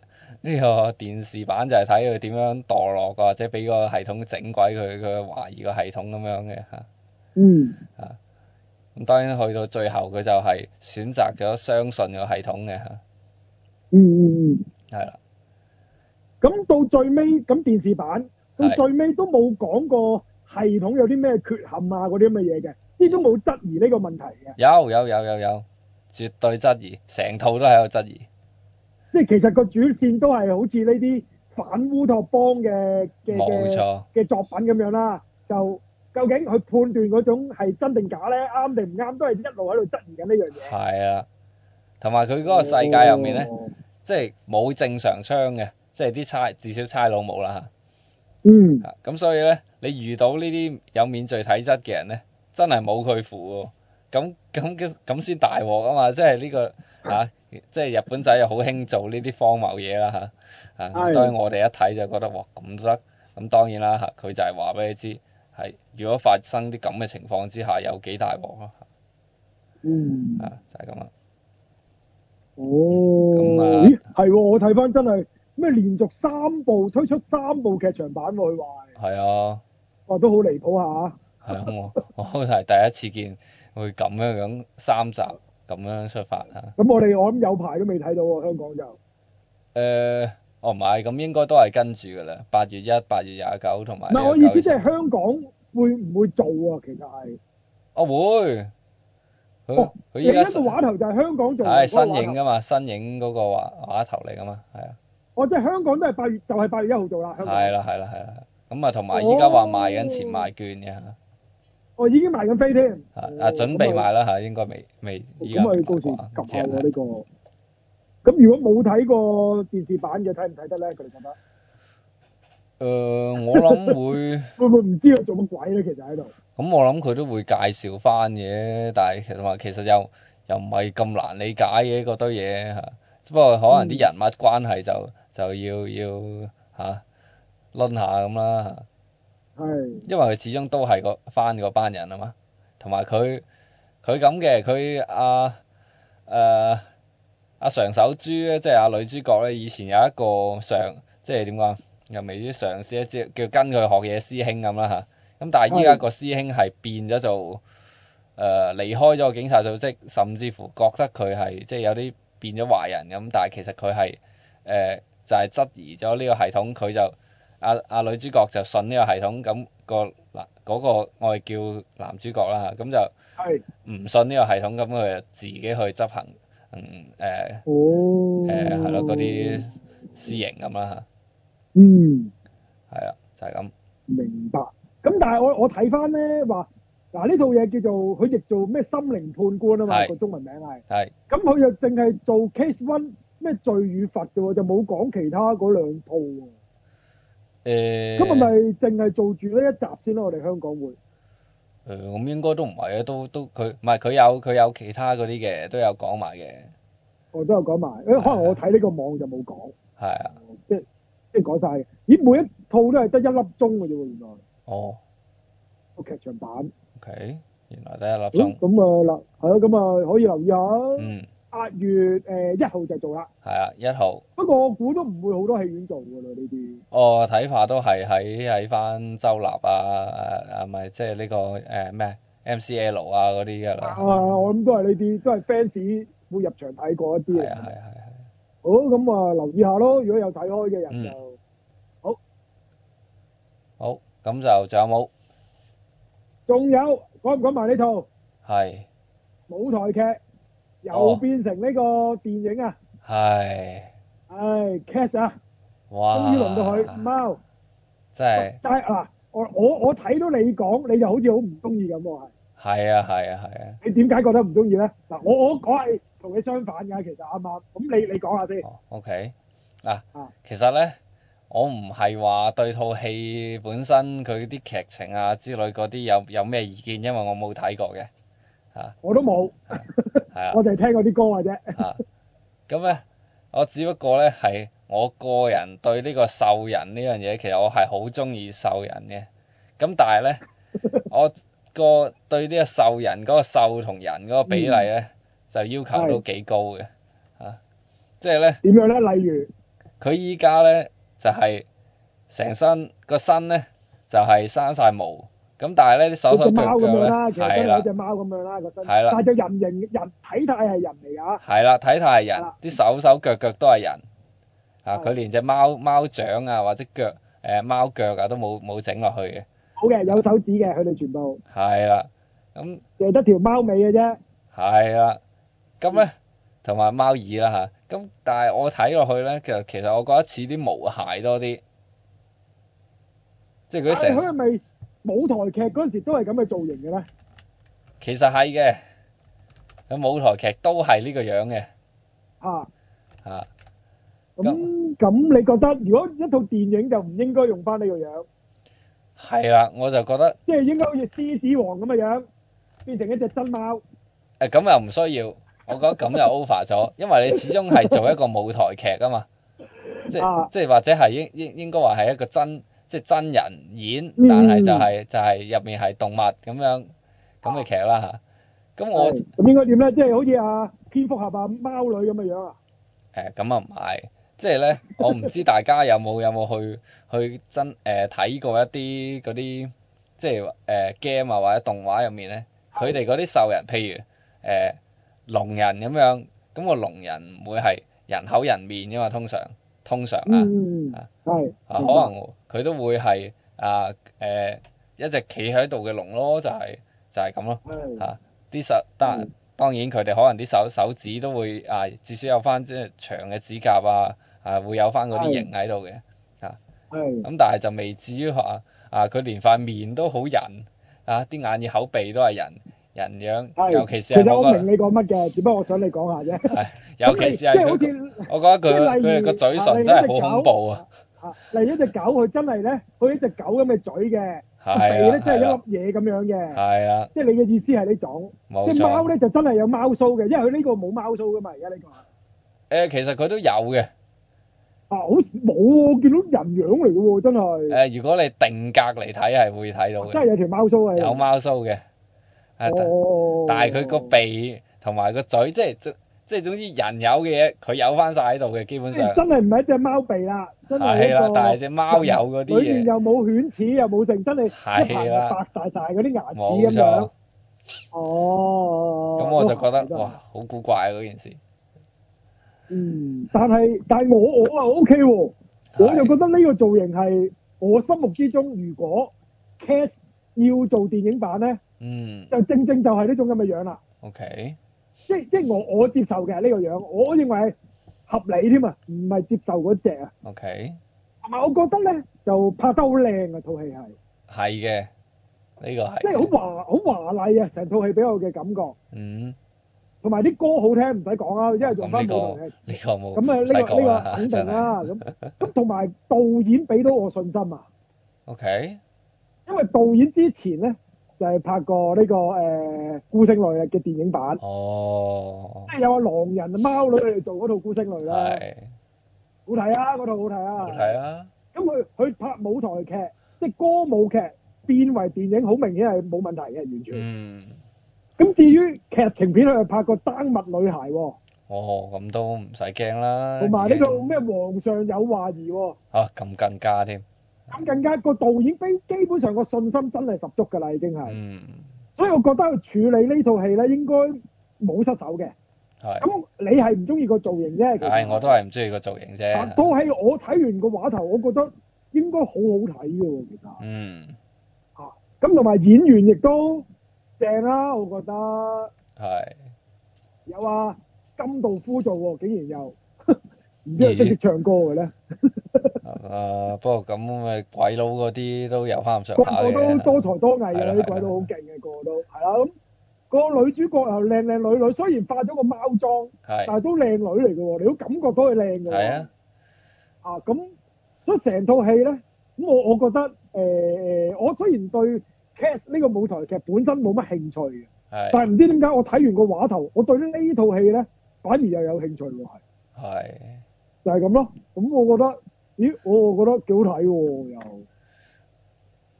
S1: 呢、個電視版就係睇佢點樣墮落啊，或者俾個系統整鬼佢，佢懷疑個系統咁樣嘅嚇。
S2: 嗯。
S1: 咁當然去到最後佢就係選擇咗相信個系統嘅嚇，
S2: 嗯嗯嗯。
S1: 係啦，
S2: 咁到最尾咁電視版，到
S1: 係
S2: 最尾都冇講過系統有啲咩缺陷啊嗰啲咁嘅嘢嘅，呢都冇質疑呢個問題嘅。
S1: 有有有有有，絕對質疑，成套都喺度質疑。
S2: 即係其實個主線都係好似呢啲反烏托邦嘅嘅
S1: 冇
S2: 嘅
S1: 錯，
S2: 嘅作品咁樣啦，就究竟佢判斷嗰種係真定假咧，啱定唔啱，都係一路喺度質疑緊呢樣嘢。
S1: 係啦。同埋佢嗰個世界入面咧，
S2: 哦，
S1: 即係冇正常槍嘅，即係啲差至少差佬冇啦
S2: 嗯，
S1: 嚇。咁所以咧，你遇到呢啲有免罪體質嘅人咧，真係冇佢符喎。咁咁咁先大鑊啊嘛！即係呢、個嚇、即係日本仔又好興做呢啲荒謬嘢啦嚇。啊，
S2: 係
S1: 當然我哋一睇就覺得哇咁得，咁當然啦嚇，佢就係話俾你知係，如果發生啲咁嘅情況之下，有幾大鑊咯
S2: 嗯，
S1: 啊，就係咁啦。
S2: 哦，
S1: 咁啊
S2: 咦，係喎，我睇翻真係咩連續三部推出三部劇場版喎，佢話。
S1: 係啊。
S2: 哇，哦都好離譜下。
S1: 係啊，我我係第一次見會咁樣樣三集咁樣出發嚇。誒、
S2: 咁我哋我諗有排都未睇到喎，香港就
S1: 哦唔係，咁應該都係跟住㗎啦。八月一、八月廿九同埋
S2: 唔
S1: 呢
S2: 係我
S1: 個
S2: 意
S1: 九
S2: 思，
S1: 月
S2: 即
S1: 十。
S2: 係香港會唔會做啊？其實係
S1: 我哦會。佢
S2: 哦
S1: 佢
S2: 另
S1: 依
S2: 一
S1: 家
S2: 個話頭就係香港做，
S1: 係
S2: 嗰個話
S1: 新啊影
S2: 頭
S1: 㗎嘛，新影嗰個畫畫頭嚟㗎嘛，係啊，
S2: 哦，即係香港都係八月，就係八月一號做啦。香港
S1: 係啦係啦係啦。咁啊，同埋依家話賣緊前賣券嘅嚇，
S2: 我哦已經賣緊飛添。
S1: 啊
S2: 哦
S1: 啊準備賣啦嚇，應該未未依家
S2: 咁咪
S1: 未
S2: 到
S1: 賣
S2: 時
S1: 啩唔
S2: 撳
S1: 知
S2: 下
S1: 啊
S2: 喎呢個。咁如果冇睇過電視版嘅，睇唔睇得咧？佢哋覺
S1: 誒，
S2: 得
S1: 呃我諗會。
S2: 會唔會唔知佢做乜鬼咧？其實喺度。
S1: 咁我諗佢都會介紹翻嘅，但係其實話其實又又唔係咁難理解嘅嗰堆嘢嚇，不過可能啲人物關係就就要要嚇攆、下咁啦嚇
S2: 係
S1: 因為佢始終都係個翻嗰班人啊嘛，同埋佢佢咁嘅，佢阿誒阿常守珠咧，即係阿女主角咧，以前有一個上即係點講啊，又未至於上司咧，即係叫跟佢學嘢師兄咁啦吓，咁但係依家
S2: 係
S1: 個師兄係變咗做誒、離開咗個警察組織，甚至乎覺得佢係即係有啲變咗壞人咁，但係其實佢係誒就係、質疑咗呢個系統，佢就阿阿女主角就信呢個系統，咁、個嗱嗰、個我哋叫男主角啦，咁就
S2: 係
S1: 唔信呢個系統，咁佢就自己去執行嗯誒
S2: 哦
S1: 誒呃係咯嗰啲私刑咁啦
S2: 嗯。
S1: 嚇，係啦啊就係、咁，
S2: 明白。咁但係我我睇翻咧話，嗱呢套嘢叫做佢亦做咩心靈判官啊嘛，
S1: 係
S2: 個中文名係。
S1: 係
S2: 咁佢就淨係做 case one 咩罪與罰啫喎，就冇講其他嗰兩套喎。
S1: 呃誒
S2: 咁係咪淨係做住呢一集先咯？我哋香港會。
S1: 誒呃咁應該都唔係嘅，啊都都佢唔係佢有佢有其他嗰啲嘅都有講埋嘅，
S2: 我都有講埋，因為可能我睇呢個網就冇講，
S1: 係啊，
S2: 即係即係講晒嘅。咦，每一套都係得一粒鐘嘅啫喎，原來
S1: 哦
S2: 個劇場版。
S1: ，OK，原來得一粒
S2: 咦
S1: 鐘，
S2: 咁啊嗱，係咯，咁啊可以留意下。
S1: 嗯，
S2: 八月誒一號就做啦。
S1: 係啊，一號。
S2: 不過我估都唔會好多戲院做㗎啦，呢啲
S1: 我哦睇法都係喺喺翻周立啊，誒啊咪即係呢個誒咩 MCL 啊嗰啲㗎啦
S2: 啊，，我諗都係呢啲，都係 fans 會入場睇過一啲
S1: 係
S2: 嚟
S1: 啊。係啊係啊，
S2: 好咁啊，留意下咯。如果有睇開嘅人
S1: 嗯
S2: 就
S1: 好咁就仲有冇
S2: 仲有講唔講埋呢套
S1: 係
S2: 舞台劇又
S1: 哦
S2: 變成呢個電影啊？
S1: 係
S2: 唉，Cats 啊，
S1: 哇，
S2: 終於輪到佢貓。
S1: 真係
S2: 但係嗱，我我我睇到你講，你就好似好唔中意咁喎。係
S1: 係啊係啊係啊，
S2: 你點解覺得唔中意咧？嗱，我我我係同你相反㗎，其實啱啱。咁你你講下先。
S1: 哦 OK 嗱
S2: 啊，
S1: 其實咧我唔係話對套戲本身佢啲劇情啊之類嗰啲有有咩意見，因為我冇睇過嘅，
S2: 我都冇，
S1: 係啊。
S2: 我就係聽過啲歌嘅啫。
S1: 啊，咁咧，我只不過咧係我個人對呢個獸人呢樣嘢，其實我係好中意獸人嘅。咁但係咧，我個對呢個獸人嗰個獸同人嗰個比例咧，就要求都幾高嘅。啊，即係咧，
S2: 點樣咧？例如。
S1: 佢依家咧就係、成身個身咧就係、生晒毛，咁但係咧啲手手
S2: 隻
S1: 腳
S2: 貓咁
S1: 腳
S2: 樣
S1: 咧
S2: 啦，其實
S1: 係
S2: 真係
S1: 啦
S2: 有。隻貓咁樣啦個身，
S1: 係啦
S2: 但係就人形人體態係人嚟啊㗎，
S1: 係啦，睇睇係人
S2: 啊，
S1: 啲手手腳腳都係人。啊，
S2: 係
S1: 佢連隻貓貓掌啊，或者腳誒、貓腳啊，都冇冇整落去嘅。
S2: 好嘅，有手指嘅，佢哋全部
S1: 係啦，咁
S2: 淨係得條貓尾嘅啫，
S1: 係啦，咁咧同埋貓耳啦吓，咁但係我睇落去咧，其實其實我覺得似啲毛鞋多啲，即係佢啲
S2: 但係佢係
S1: 成
S2: 咪舞台劇嗰陣時都係咁嘅造型嘅咧？
S1: 其實係嘅。咁舞台劇都係呢個樣嘅
S2: 啊，
S1: 嚇，
S2: 咁咁你覺得如果一套電影就唔應該用翻呢個樣，
S1: 係啦，我就覺得
S2: 即係應該好似獅子王咁嘅樣，變成一隻真貓，
S1: 誒呃咁又唔需要，我覺得咁就 over 咗， 因為你始終係做一個舞台劇啊嘛，即
S2: 啊
S1: 即係或者係應應應該話係一個真即係真人演，
S2: 嗯
S1: 但係就係、就係、入面係動物咁樣咁嘅劇啦嚇。咁我誒
S2: 係咁應該點咧？即係好似啊蝙蝠俠啊貓女咁嘅樣啊？
S1: 咁啊唔係，即係咧 我唔知大家有冇有冇去去真誒睇、過一啲嗰啲即係誒 game 啊或者動畫入面咧，佢哋嗰啲獸人，譬如誒、呃、龍人咁樣，咁、個龍人唔會係人口人面噶嘛，通常通常啊。
S2: 嗯，係，
S1: 啊，可
S2: 明白
S1: 能佢都會係啊誒、一隻企喺度嘅龍咯，就係、就係咁咯。
S2: 係
S1: 啊，啲手當然
S2: 嗯
S1: 當然佢哋可能啲手手指都會啊，至少有翻即係長嘅指甲啊，啊會有翻嗰啲
S2: 係
S1: 型喺度嘅。
S2: 係。
S1: 咁但係就未至於話啊，佢連塊面都好人啊，啲眼耳口鼻都係人人樣，
S2: 係
S1: 尤其是
S2: 其
S1: 係
S2: 實
S1: 我
S2: 我
S1: 覺
S2: 明
S1: 得，
S2: 你講乜嘅，只不過我想你講下啫。
S1: 尤其是係佢個，
S2: 咁你即係好似
S1: 我覺得佢
S2: 即係例
S1: 佢哋
S2: 如
S1: 個嘴
S2: 啊例
S1: 唇
S2: 如
S1: 真係好
S2: 一隻狗
S1: 恐怖啊！
S2: 啊，例如一隻狗，佢真係咧，佢一隻狗咁嘅嘴嘅，個鼻
S1: 係
S2: 咧
S1: 啊，
S2: 真
S1: 係啦
S2: 係，一粒嘢咁樣嘅，
S1: 係啦，
S2: 即係你嘅意思係呢種。
S1: 冇
S2: 即係貓
S1: 錯，
S2: 咧就真係有貓須嘅，因為佢呢個冇貓須噶嘛，而家呢個
S1: 誒其實佢都有嘅。
S2: 啊，好似冇喎，我見到人樣嚟嘅喎，真係，
S1: 誒如果你定格嚟睇係會睇到
S2: 哦真係
S1: 嘅，
S2: 有條貓須
S1: 有
S2: 係。
S1: 貓須嘅。啊但
S2: 哦。
S1: 但係佢個鼻同埋個嘴，即係即即係總之人有嘅嘢，佢有翻晒喺度嘅，基本
S2: 即
S1: 上啊
S2: 係真係唔係一隻貓鼻啦，哎真係
S1: 係
S2: 一
S1: 啦。但係
S2: 個。
S1: 只貓有嗰 啲
S2: 裏面
S1: 嘢，
S2: 又冇犬齒，又冇剩，真係一排
S1: 係啦
S2: 白晒晒嗰啲牙齒
S1: 冇
S2: 咁樣
S1: 錯。。
S2: 哦。
S1: 咁我就覺得
S2: 都係
S1: 哇，，好古怪啊嗰件事。
S2: 嗯，但係但係我我啊 OK 喎，我就覺得呢個造型係我心目之中，如果 Cast 要做電影版咧，
S1: 嗯
S2: 就正正就係呢種咁嘅樣啦。
S1: ，OK，
S2: 即即我我接受嘅呢、個樣，我認為係合理添啊，唔係接受嗰只啊。
S1: OK，
S2: 同埋我覺得咧，就拍得好靚啊，套戲係，
S1: 係嘅，呢個係。
S2: 即係好華好華麗啊，成套戲俾我嘅感覺。
S1: 嗯，
S2: 同埋啲歌好聽，唔使講啦，因為用
S1: 咁
S2: 翻
S1: 呢
S2: 舞
S1: 個
S2: 台劇。
S1: 呢個冇
S2: 咁啊，
S1: 唔使
S2: 呢個
S1: 講啦
S2: 啊呢個
S1: 嚇
S2: 肯定
S1: 真係。
S2: 啦。咁咁同埋導演俾到我信心啊，
S1: OK，
S2: 因為導演之前咧就係、拍過呢、個誒、呃孤星淚嘅電影版，
S1: 哦，
S2: 即係有個狼人啊貓女嚟做嗰套孤星淚啦，
S1: 係，
S2: 好睇啊，嗰套好睇啊。
S1: 好睇啊，
S2: 咁佢佢拍舞台劇，即係歌舞劇變為電影，好明顯係冇問題嘅，完全。
S1: 嗯，
S2: 咁、至於劇情片，佢係拍過《丹麥女孩》喎，
S1: 哦，咁都唔使驚啦，
S2: 同埋呢
S1: 已
S2: 個
S1: 經
S2: 咩皇上有話兒喎，
S1: 啊，咁更加添，
S2: 咁更加個導演基基本上個信心真係十足㗎啦，已經係。
S1: 嗯，
S2: 所以我覺得佢處理呢套戲咧，應該冇失手嘅。
S1: 係，
S2: 咁你係唔中意個造啊型啫，其實
S1: 唉，我都係唔中意個造型
S2: 但
S1: 啫，
S2: 套戲我睇完個話頭，我覺得應該好好睇嘅喎，其實。
S1: 嗯，
S2: 啊，咁同埋演員亦都正啦，我覺得
S1: 係，
S2: 有啊金道夫做喎，竟然又 唔知佢識唔識唱歌嘅咧，
S1: 啊，不過咁咪鬼佬嗰啲都有翻咁上
S2: 個
S1: 下
S2: 個都多
S1: 嘅，啊係
S2: 才多藝嘅，
S1: 啦
S2: 啲鬼佬好勁嘅，個個都係啦咁。個女主角又靚靚女女，雖然化咗個貓妝，但
S1: 係，
S2: 係都靚女嚟嘅喎，你都感覺到佢靚嘅喎。
S1: 係啊，
S2: 啊，咁所以成套戲咧，咁我我覺得誒誒、呃我雖然對 Cats 呢個舞台劇本身冇乜興趣嘅。
S1: 係，
S2: 但係唔知點解我睇完個畫頭，我對呢套戲咧反而又有興趣喎，係
S1: 係。
S2: 就係咁咯。咁我覺得，咦，我我覺得幾好睇喎，又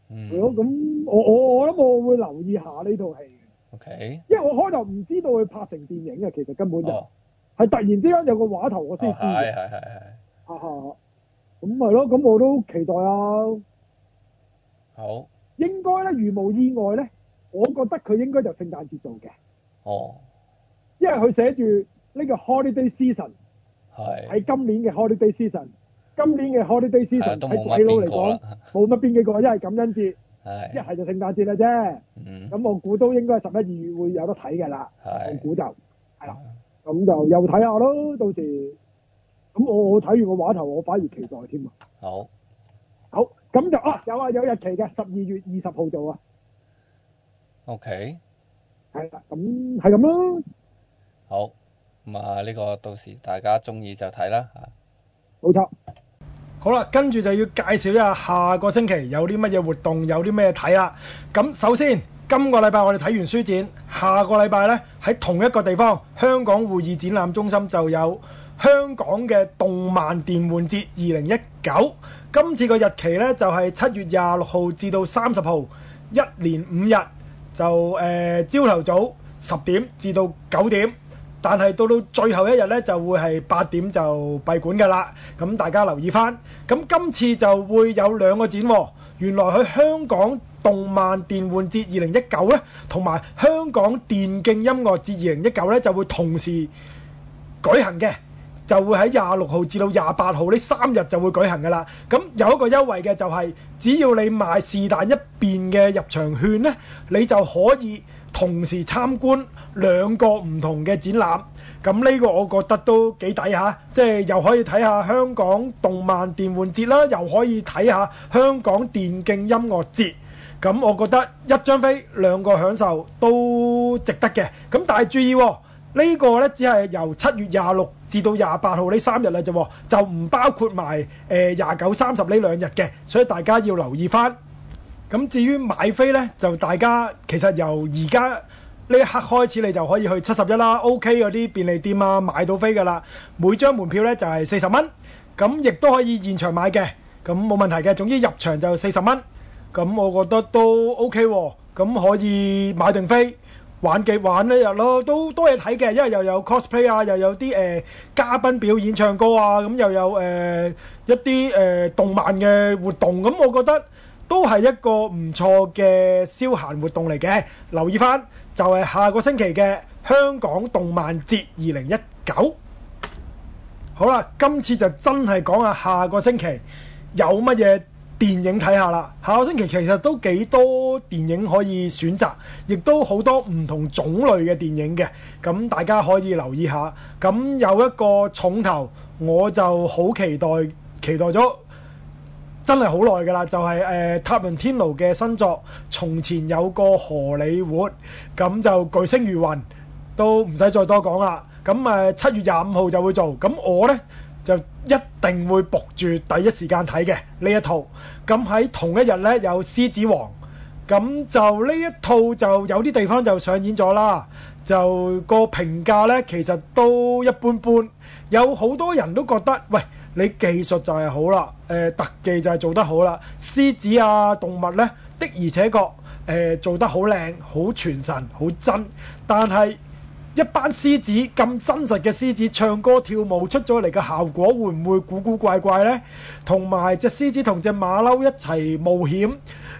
S1: 嗯
S2: 係咯。咁我我我諗我會留意下呢套戲，
S1: ，OK，
S2: 因為我開頭唔知道佢拍成電影嘅，其實根本就係、
S1: 哦，
S2: 突然之間有個畫頭我
S1: 哦，
S2: 先知嘅，
S1: 係係係係，
S2: 哈哈咁係咯，咁我都期待啊。
S1: 好，
S2: 應該咧，如無意外咧，我覺得佢應該就聖誕節做嘅，
S1: 哦，
S2: 因為佢寫住呢個 holiday season。
S1: 係，
S2: 喺今年嘅 holiday season，今年嘅 holiday
S1: 係啊
S2: season
S1: 都
S2: 喺
S1: 冇
S2: 鬼
S1: 乜
S2: 佬嚟
S1: 邊個
S2: 講，
S1: 啦，
S2: 冇乜邊幾個，一係感恩節，一
S1: 係，
S2: 係就聖誕節啦啫。
S1: 嗯，
S2: 咁我估都應該係十一二月會有得睇嘅啦，我
S1: 係，
S2: 估就係啦。咁就又睇下咯，到時咁我我睇完個畫頭，我反而期待添啊。
S1: 好，
S2: 好，咁就啊有啊有日期嘅，十二月二十號做啊，
S1: OK，
S2: 係啦，咁係咁咯。
S1: 好，咁啊呢個到時大家中意就睇啦啊嚇，
S2: 冇錯，
S3: 好啦，跟住就要介紹一下下個星期有啲乜嘢活動，有啲咩睇啦。咁首先，今個禮拜我哋睇完書展，下個禮拜呢，喺同一個地方香港會議展覽中心就有香港嘅動漫電玩節二零一九。今次個日期呢，就係、七月廿六號至到三十號，一連五日，就誒朝頭早十點至到九點。但係到到最後一日呢，就會係八點就閉館㗎啦。咁大家留意翻。咁今次就會有兩個展喎、原來佢香港動漫電玩節二零一九呢，同埋香港電競音樂節二零一九呢，就會同時舉行嘅。就會喺廿六號至到廿八號呢三日就會舉行㗎啦。咁有一個優惠嘅就係、只要你買是但一邊嘅入場券呢，你就可以同時參觀兩個唔同嘅展覽。咁呢個我覺得都幾抵下，即係又可以睇下香港動漫電玩節啦，又可以睇下香港電競音樂節。咁我覺得一張飛兩個享受都值得嘅。咁但係注意喎、呢個呢，只係由七月廿六至到廿八號呢三日啦啫喎，就唔包括埋誒廿九、三十呢兩日嘅，所以大家要留意翻。咁至於買飛呢，就大家其實由而家
S2: 呢一刻開始你就可以去七十一啦、OK 嗰啲便利店啊買到飛㗎啦。每張門票呢就係四十蚊，咁亦都可以現場買嘅，咁冇問題嘅。總之入場就四十蚊，咁我覺得都 OK 喎、咁可以買定飛。玩嘅玩一日咯，都多嘢睇嘅，因為又有 cosplay 啊，又有啲誒、呃嘉賓表演唱歌啊，咁又有誒、呃一啲誒、呃、動漫嘅活動，咁我覺得都係一個唔錯嘅消閒活動嚟嘅。留意翻就係、下個星期嘅香港動漫節二零一九。好啦，今次就真係講下下個星期有乜嘢電影睇下啦。下個星期其實都幾多電影可以選擇，亦都好多唔同種類嘅電影嘅，咁大家可以留意下。咁有一個重頭，我就好期待，期待咗。真係好耐㗎啦，就係、誒、塔倫天奴嘅新作《從前有個荷里活》，咁就巨星如雲，都唔使再多講啦。咁誒呃七月廿五號就會做，咁我呢，就一定會僕住第一時間睇嘅呢一套。咁喺同一日呢，有《獅子王》，咁就呢一套就有啲地方就上演咗啦，就個評價呢，其實都一般般，有好多人都覺得喂。你技術就係好啦，誒、特技就係做得好啦，獅子啊動物呢，的而且確誒、做得好靚，好傳神，好真，但係一班獅子咁真實嘅獅子唱歌跳舞出咗嚟嘅效果會唔會古古怪怪呢？同埋只獅子同只馬騮一齊冒險，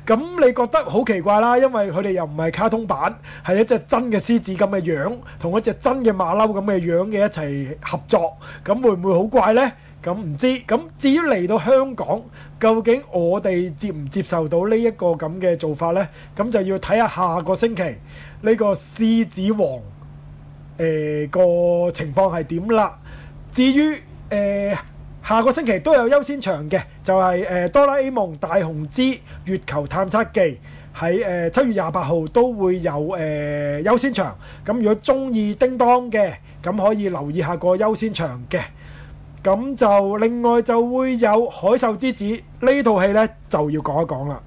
S2: 咁你覺得好奇怪啦，因為佢哋又唔係卡通版，係一隻真嘅獅子咁嘅樣，同一隻真嘅馬騮咁嘅樣嘅一齊合作，咁會唔會好怪呢？咁唔知，咁至於嚟到香港，究竟我哋接唔接受到呢一個咁嘅做法呢？咁就要睇下下個星期呢、個獅子王。誒、呃個情況係點啦。至於誒、呃下個星期都有優先場嘅，就係、誒、哆啦 A 夢大雄之月球探測記。喺誒七月廿八號都會有誒、優先場，咁如果中意叮當嘅，咁可以留意下個優先場嘅。咁就另外就會有《海獸之子》呢套戲呢，就要講一講啦。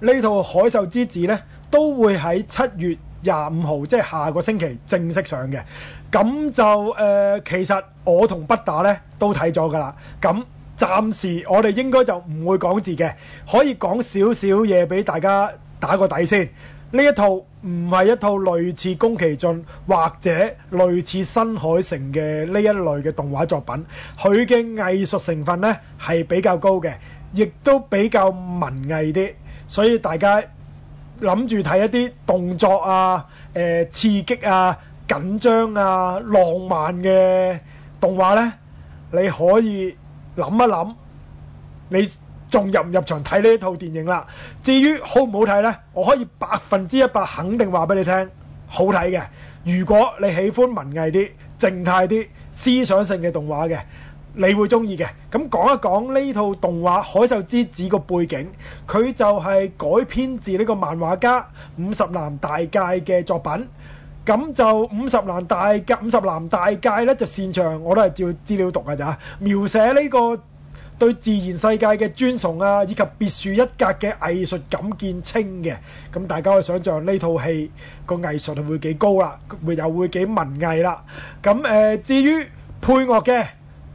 S2: 呢套《海獸之子》呢，都會喺七月廿五號，即係下個星期正式上嘅。咁就誒、呃其實我同北打呢都睇咗㗎啦。咁暫時我哋應該就唔會講字嘅，可以講少少嘢俾大家打個底先。呢一套唔係一套類似宮崎駿或者類似新海誠嘅呢一類嘅動畫作品，佢嘅藝術成分呢係比較高嘅，亦都比較文藝啲，所以大家諗住睇一啲動作啊、誒、刺激啊、緊張啊、浪漫嘅動畫呢，你可以諗一諗，你仲入唔入場睇呢一套電影啦？至於好唔好睇呢，我可以百分之一百肯定話俾你聽，好睇嘅。如果你喜歡文藝啲、靜態啲、思想性嘅動畫嘅，你會中意嘅。咁講一講呢套動畫《海獸之子》個背景，佢就係改編自呢個漫畫家五十嵐大介嘅作品。咁就五十男大界，五十男大界咧就擅長，我都係照資料讀㗎咋，描寫呢個對自然世界嘅尊崇啊，以及別樹一格嘅藝術感見稱嘅。咁大家可以想象呢套戲個藝術係會幾高啦，會又會幾文藝啦。咁誒、呃至於配樂嘅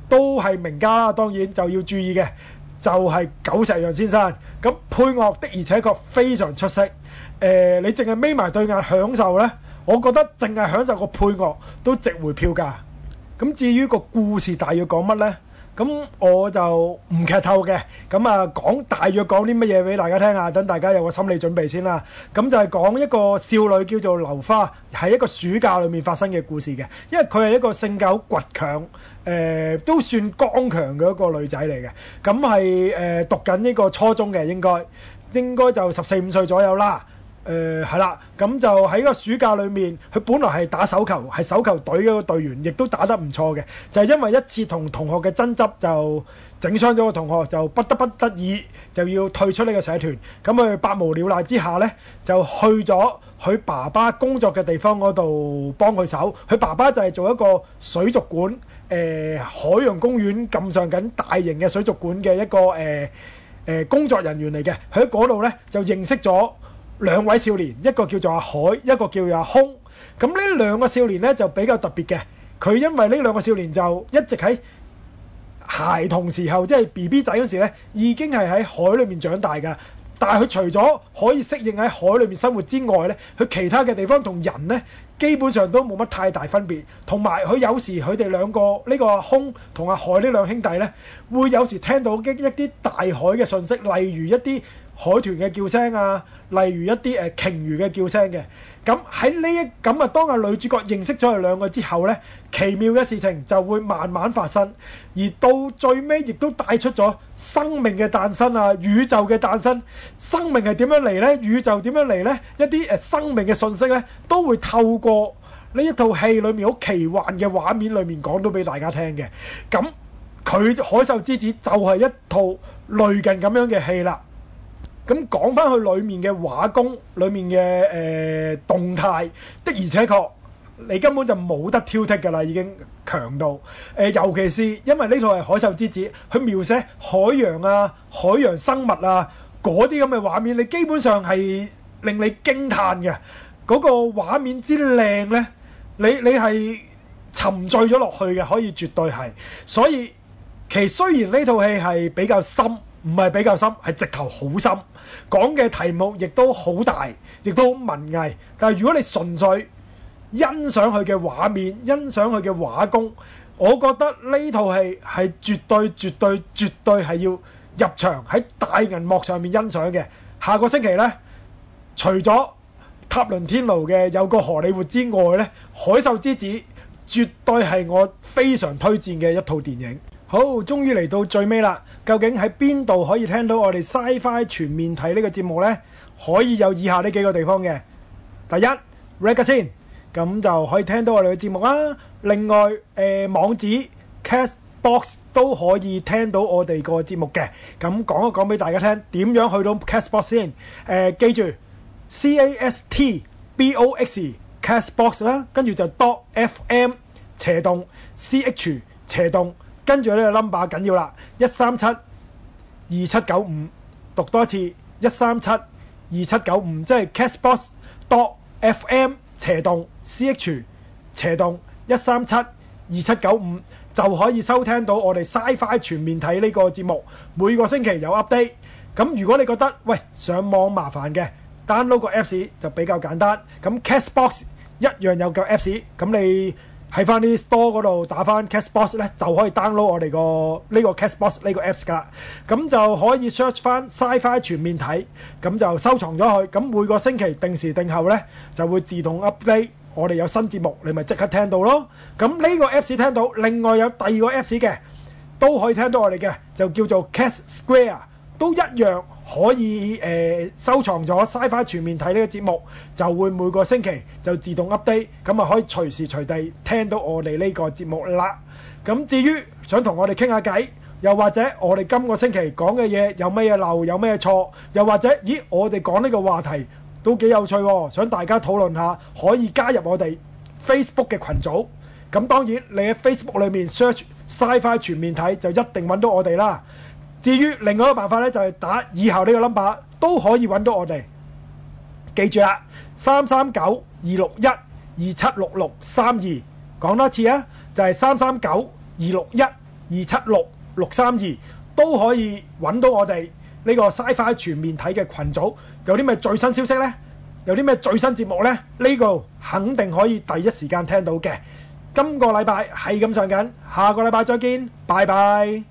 S2: 都係名家啦，當然就要注意嘅。就係久石讓先生，咁配樂的而且確非常出色。誒、你淨係眯埋對眼享受呢，我覺得淨係享受個配樂都值回票價。咁至於個故事大約講乜呢？咁我就唔劇透嘅，咁啊講大約講啲乜嘢俾大家聽下，等大家有個心理準備先啦。咁就係講一個少女叫做劉花，喺一個暑假裏面發生嘅故事嘅，因為佢係一個性格好倔強，誒、都算剛強嘅一個女仔嚟嘅，咁係誒讀緊呢個初中嘅應該，應該就十四五歲左右啦。誒呃係啦，咁就喺個暑假裏面，佢本來係打手球，係手球隊嘅一個隊員，亦都打得唔錯嘅。就係、因為一次同同學嘅爭執，就 整傷咗個同學，就不得不得已就要退出呢個社團。咁佢百無聊賴之下呢，就去咗佢爸爸工作嘅地方嗰度幫佢手。佢爸爸就係做一個水族館，誒、海洋公園咁上緊大型嘅水呃族館嘅一個誒誒、工作人員嚟嘅。佢喺嗰度呢，就認識咗。誒、兩位少年，一個叫做阿海，一個叫做阿空。咁呢兩個少年呢，就比較特別嘅，佢因為呢兩個少年就一直喺孩童時候，即係 B B 仔嗰時呢，已經係喺海裏面長大㗎。但係佢除咗可以適應喺海裏面生活之外呢，佢其他嘅地方同人呢，基本上都冇乜太大分別。同埋佢有時佢哋兩個呢、個阿空同阿海呢兩兄弟呢，會有時聽到一一啲大海嘅訊息，例如一啲海豚嘅叫聲啊，例如一啲誒、呃鯨魚嘅叫聲嘅。咁喺呢一咁啊，當啊女主角認識咗佢兩個之後呢，奇妙嘅事情就會慢慢發生，而到最尾亦都帶出咗生命嘅誕生啊、宇宙嘅誕生。生命係點樣嚟呢？宇宙點樣嚟呢？一啲誒、呃生命嘅信息呢，都會透過呢一套戲裡面好奇幻嘅畫面裡面講到俾大家聽嘅。咁佢《海獸之子》就係一套類近咁樣嘅戲啦。咁講翻佢裡面嘅畫工，裡面嘅誒、呃、動態的而且確，你根本就冇得挑剔㗎啦，已經強到誒、呃尤其是因為呢套係《海獸之子》，佢描寫海洋啊、海洋生物啊嗰啲咁嘅畫面，你基本上係令你驚歎嘅。嗰、個畫面之靚呢，你你係沉醉咗落去嘅，可以絕對係，所以。其實雖然呢套戲係比較深，唔係比較深，係直頭好深，講嘅題目亦都好大，亦都好文藝。但係如果你純粹欣賞佢嘅畫面，欣賞佢嘅畫工，我覺得呢套戲係絕對、絕對、絕對係要入場喺大銀幕上面欣賞嘅。下個星期呢，除咗塔倫天奴嘅有個荷里活之外呢，《海獸之子》絕對係我非常推薦嘅一套電影。好，終於嚟到最尾啦！究竟喺邊度可以聽到我哋 Sci-Fi 全面睇呢個節目呢？可以有以下呢幾個地方嘅。第一 r e g a 先，咁就可以聽到我哋嘅節目啦。另外，誒、呃、網址 Castbox 都可以聽到我哋個節目嘅。咁講一講俾大家聽，點樣去到 Castbox 先？誒、呃，記住 C A S T B O X Castbox 啦，跟住就 dot F M 斜洞 C H 斜洞，跟住呢個 number 緊要啦，一三七。二七九五，讀多一次一三七二七九五，即係 Cashbox dot FM 斜洞 CH 斜洞一三七二七九五就可以收聽到我哋 Sci-Fi 全面睇呢個節目，每個星期有 update。咁如果你覺得喂上網麻煩嘅，download 個 Apps 就比較簡單。咁 Cashbox 一樣有個 Apps，咁你。喺翻啲 store 嗰度打翻 Castbox 咧，就可以 download 我哋個呢個 Castbox 呢個 apps 㗎啦。咁就可以 search 翻 Sci-Fi 全面睇，咁就收藏咗佢。咁每個星期定時定候咧，就會自動 update。我哋有新節目，你咪即刻聽到咯。咁呢個 apps 聽到，另外有第二個 apps 嘅都可以聽到我哋嘅，就叫做 Cast Square，都一樣可以誒、呃收藏咗 Sci-Fi 全面睇呢個節目，就會每個星期就自動 update，咁啊可以隨時隨地聽到我哋呢個節目啦。咁至於想同我哋傾下偈，又或者我哋今個星期講嘅嘢有咩嘢漏，有咩嘢錯，又或者咦我哋講呢個話題都幾有趣喎、想大家討論下，可以加入我哋 Facebook 嘅群組。咁當然你喺 Facebook 裏面 search Sci-Fi 全面睇就一定揾到我哋啦。至於另外一個辦法咧，就係、打以後呢個 number 都可以揾到我哋。記住啦，三三九二六一二七六六三二，講多次啊，就係三三九二六一二七六六三二都可以揾到我哋呢個 Sci-Fi 全面睇嘅群組。有啲咩最新消息呢？有啲咩最新節目呢？呢、個肯定可以第一時間聽到嘅。今個禮拜係咁上緊，下個禮拜再見，拜拜。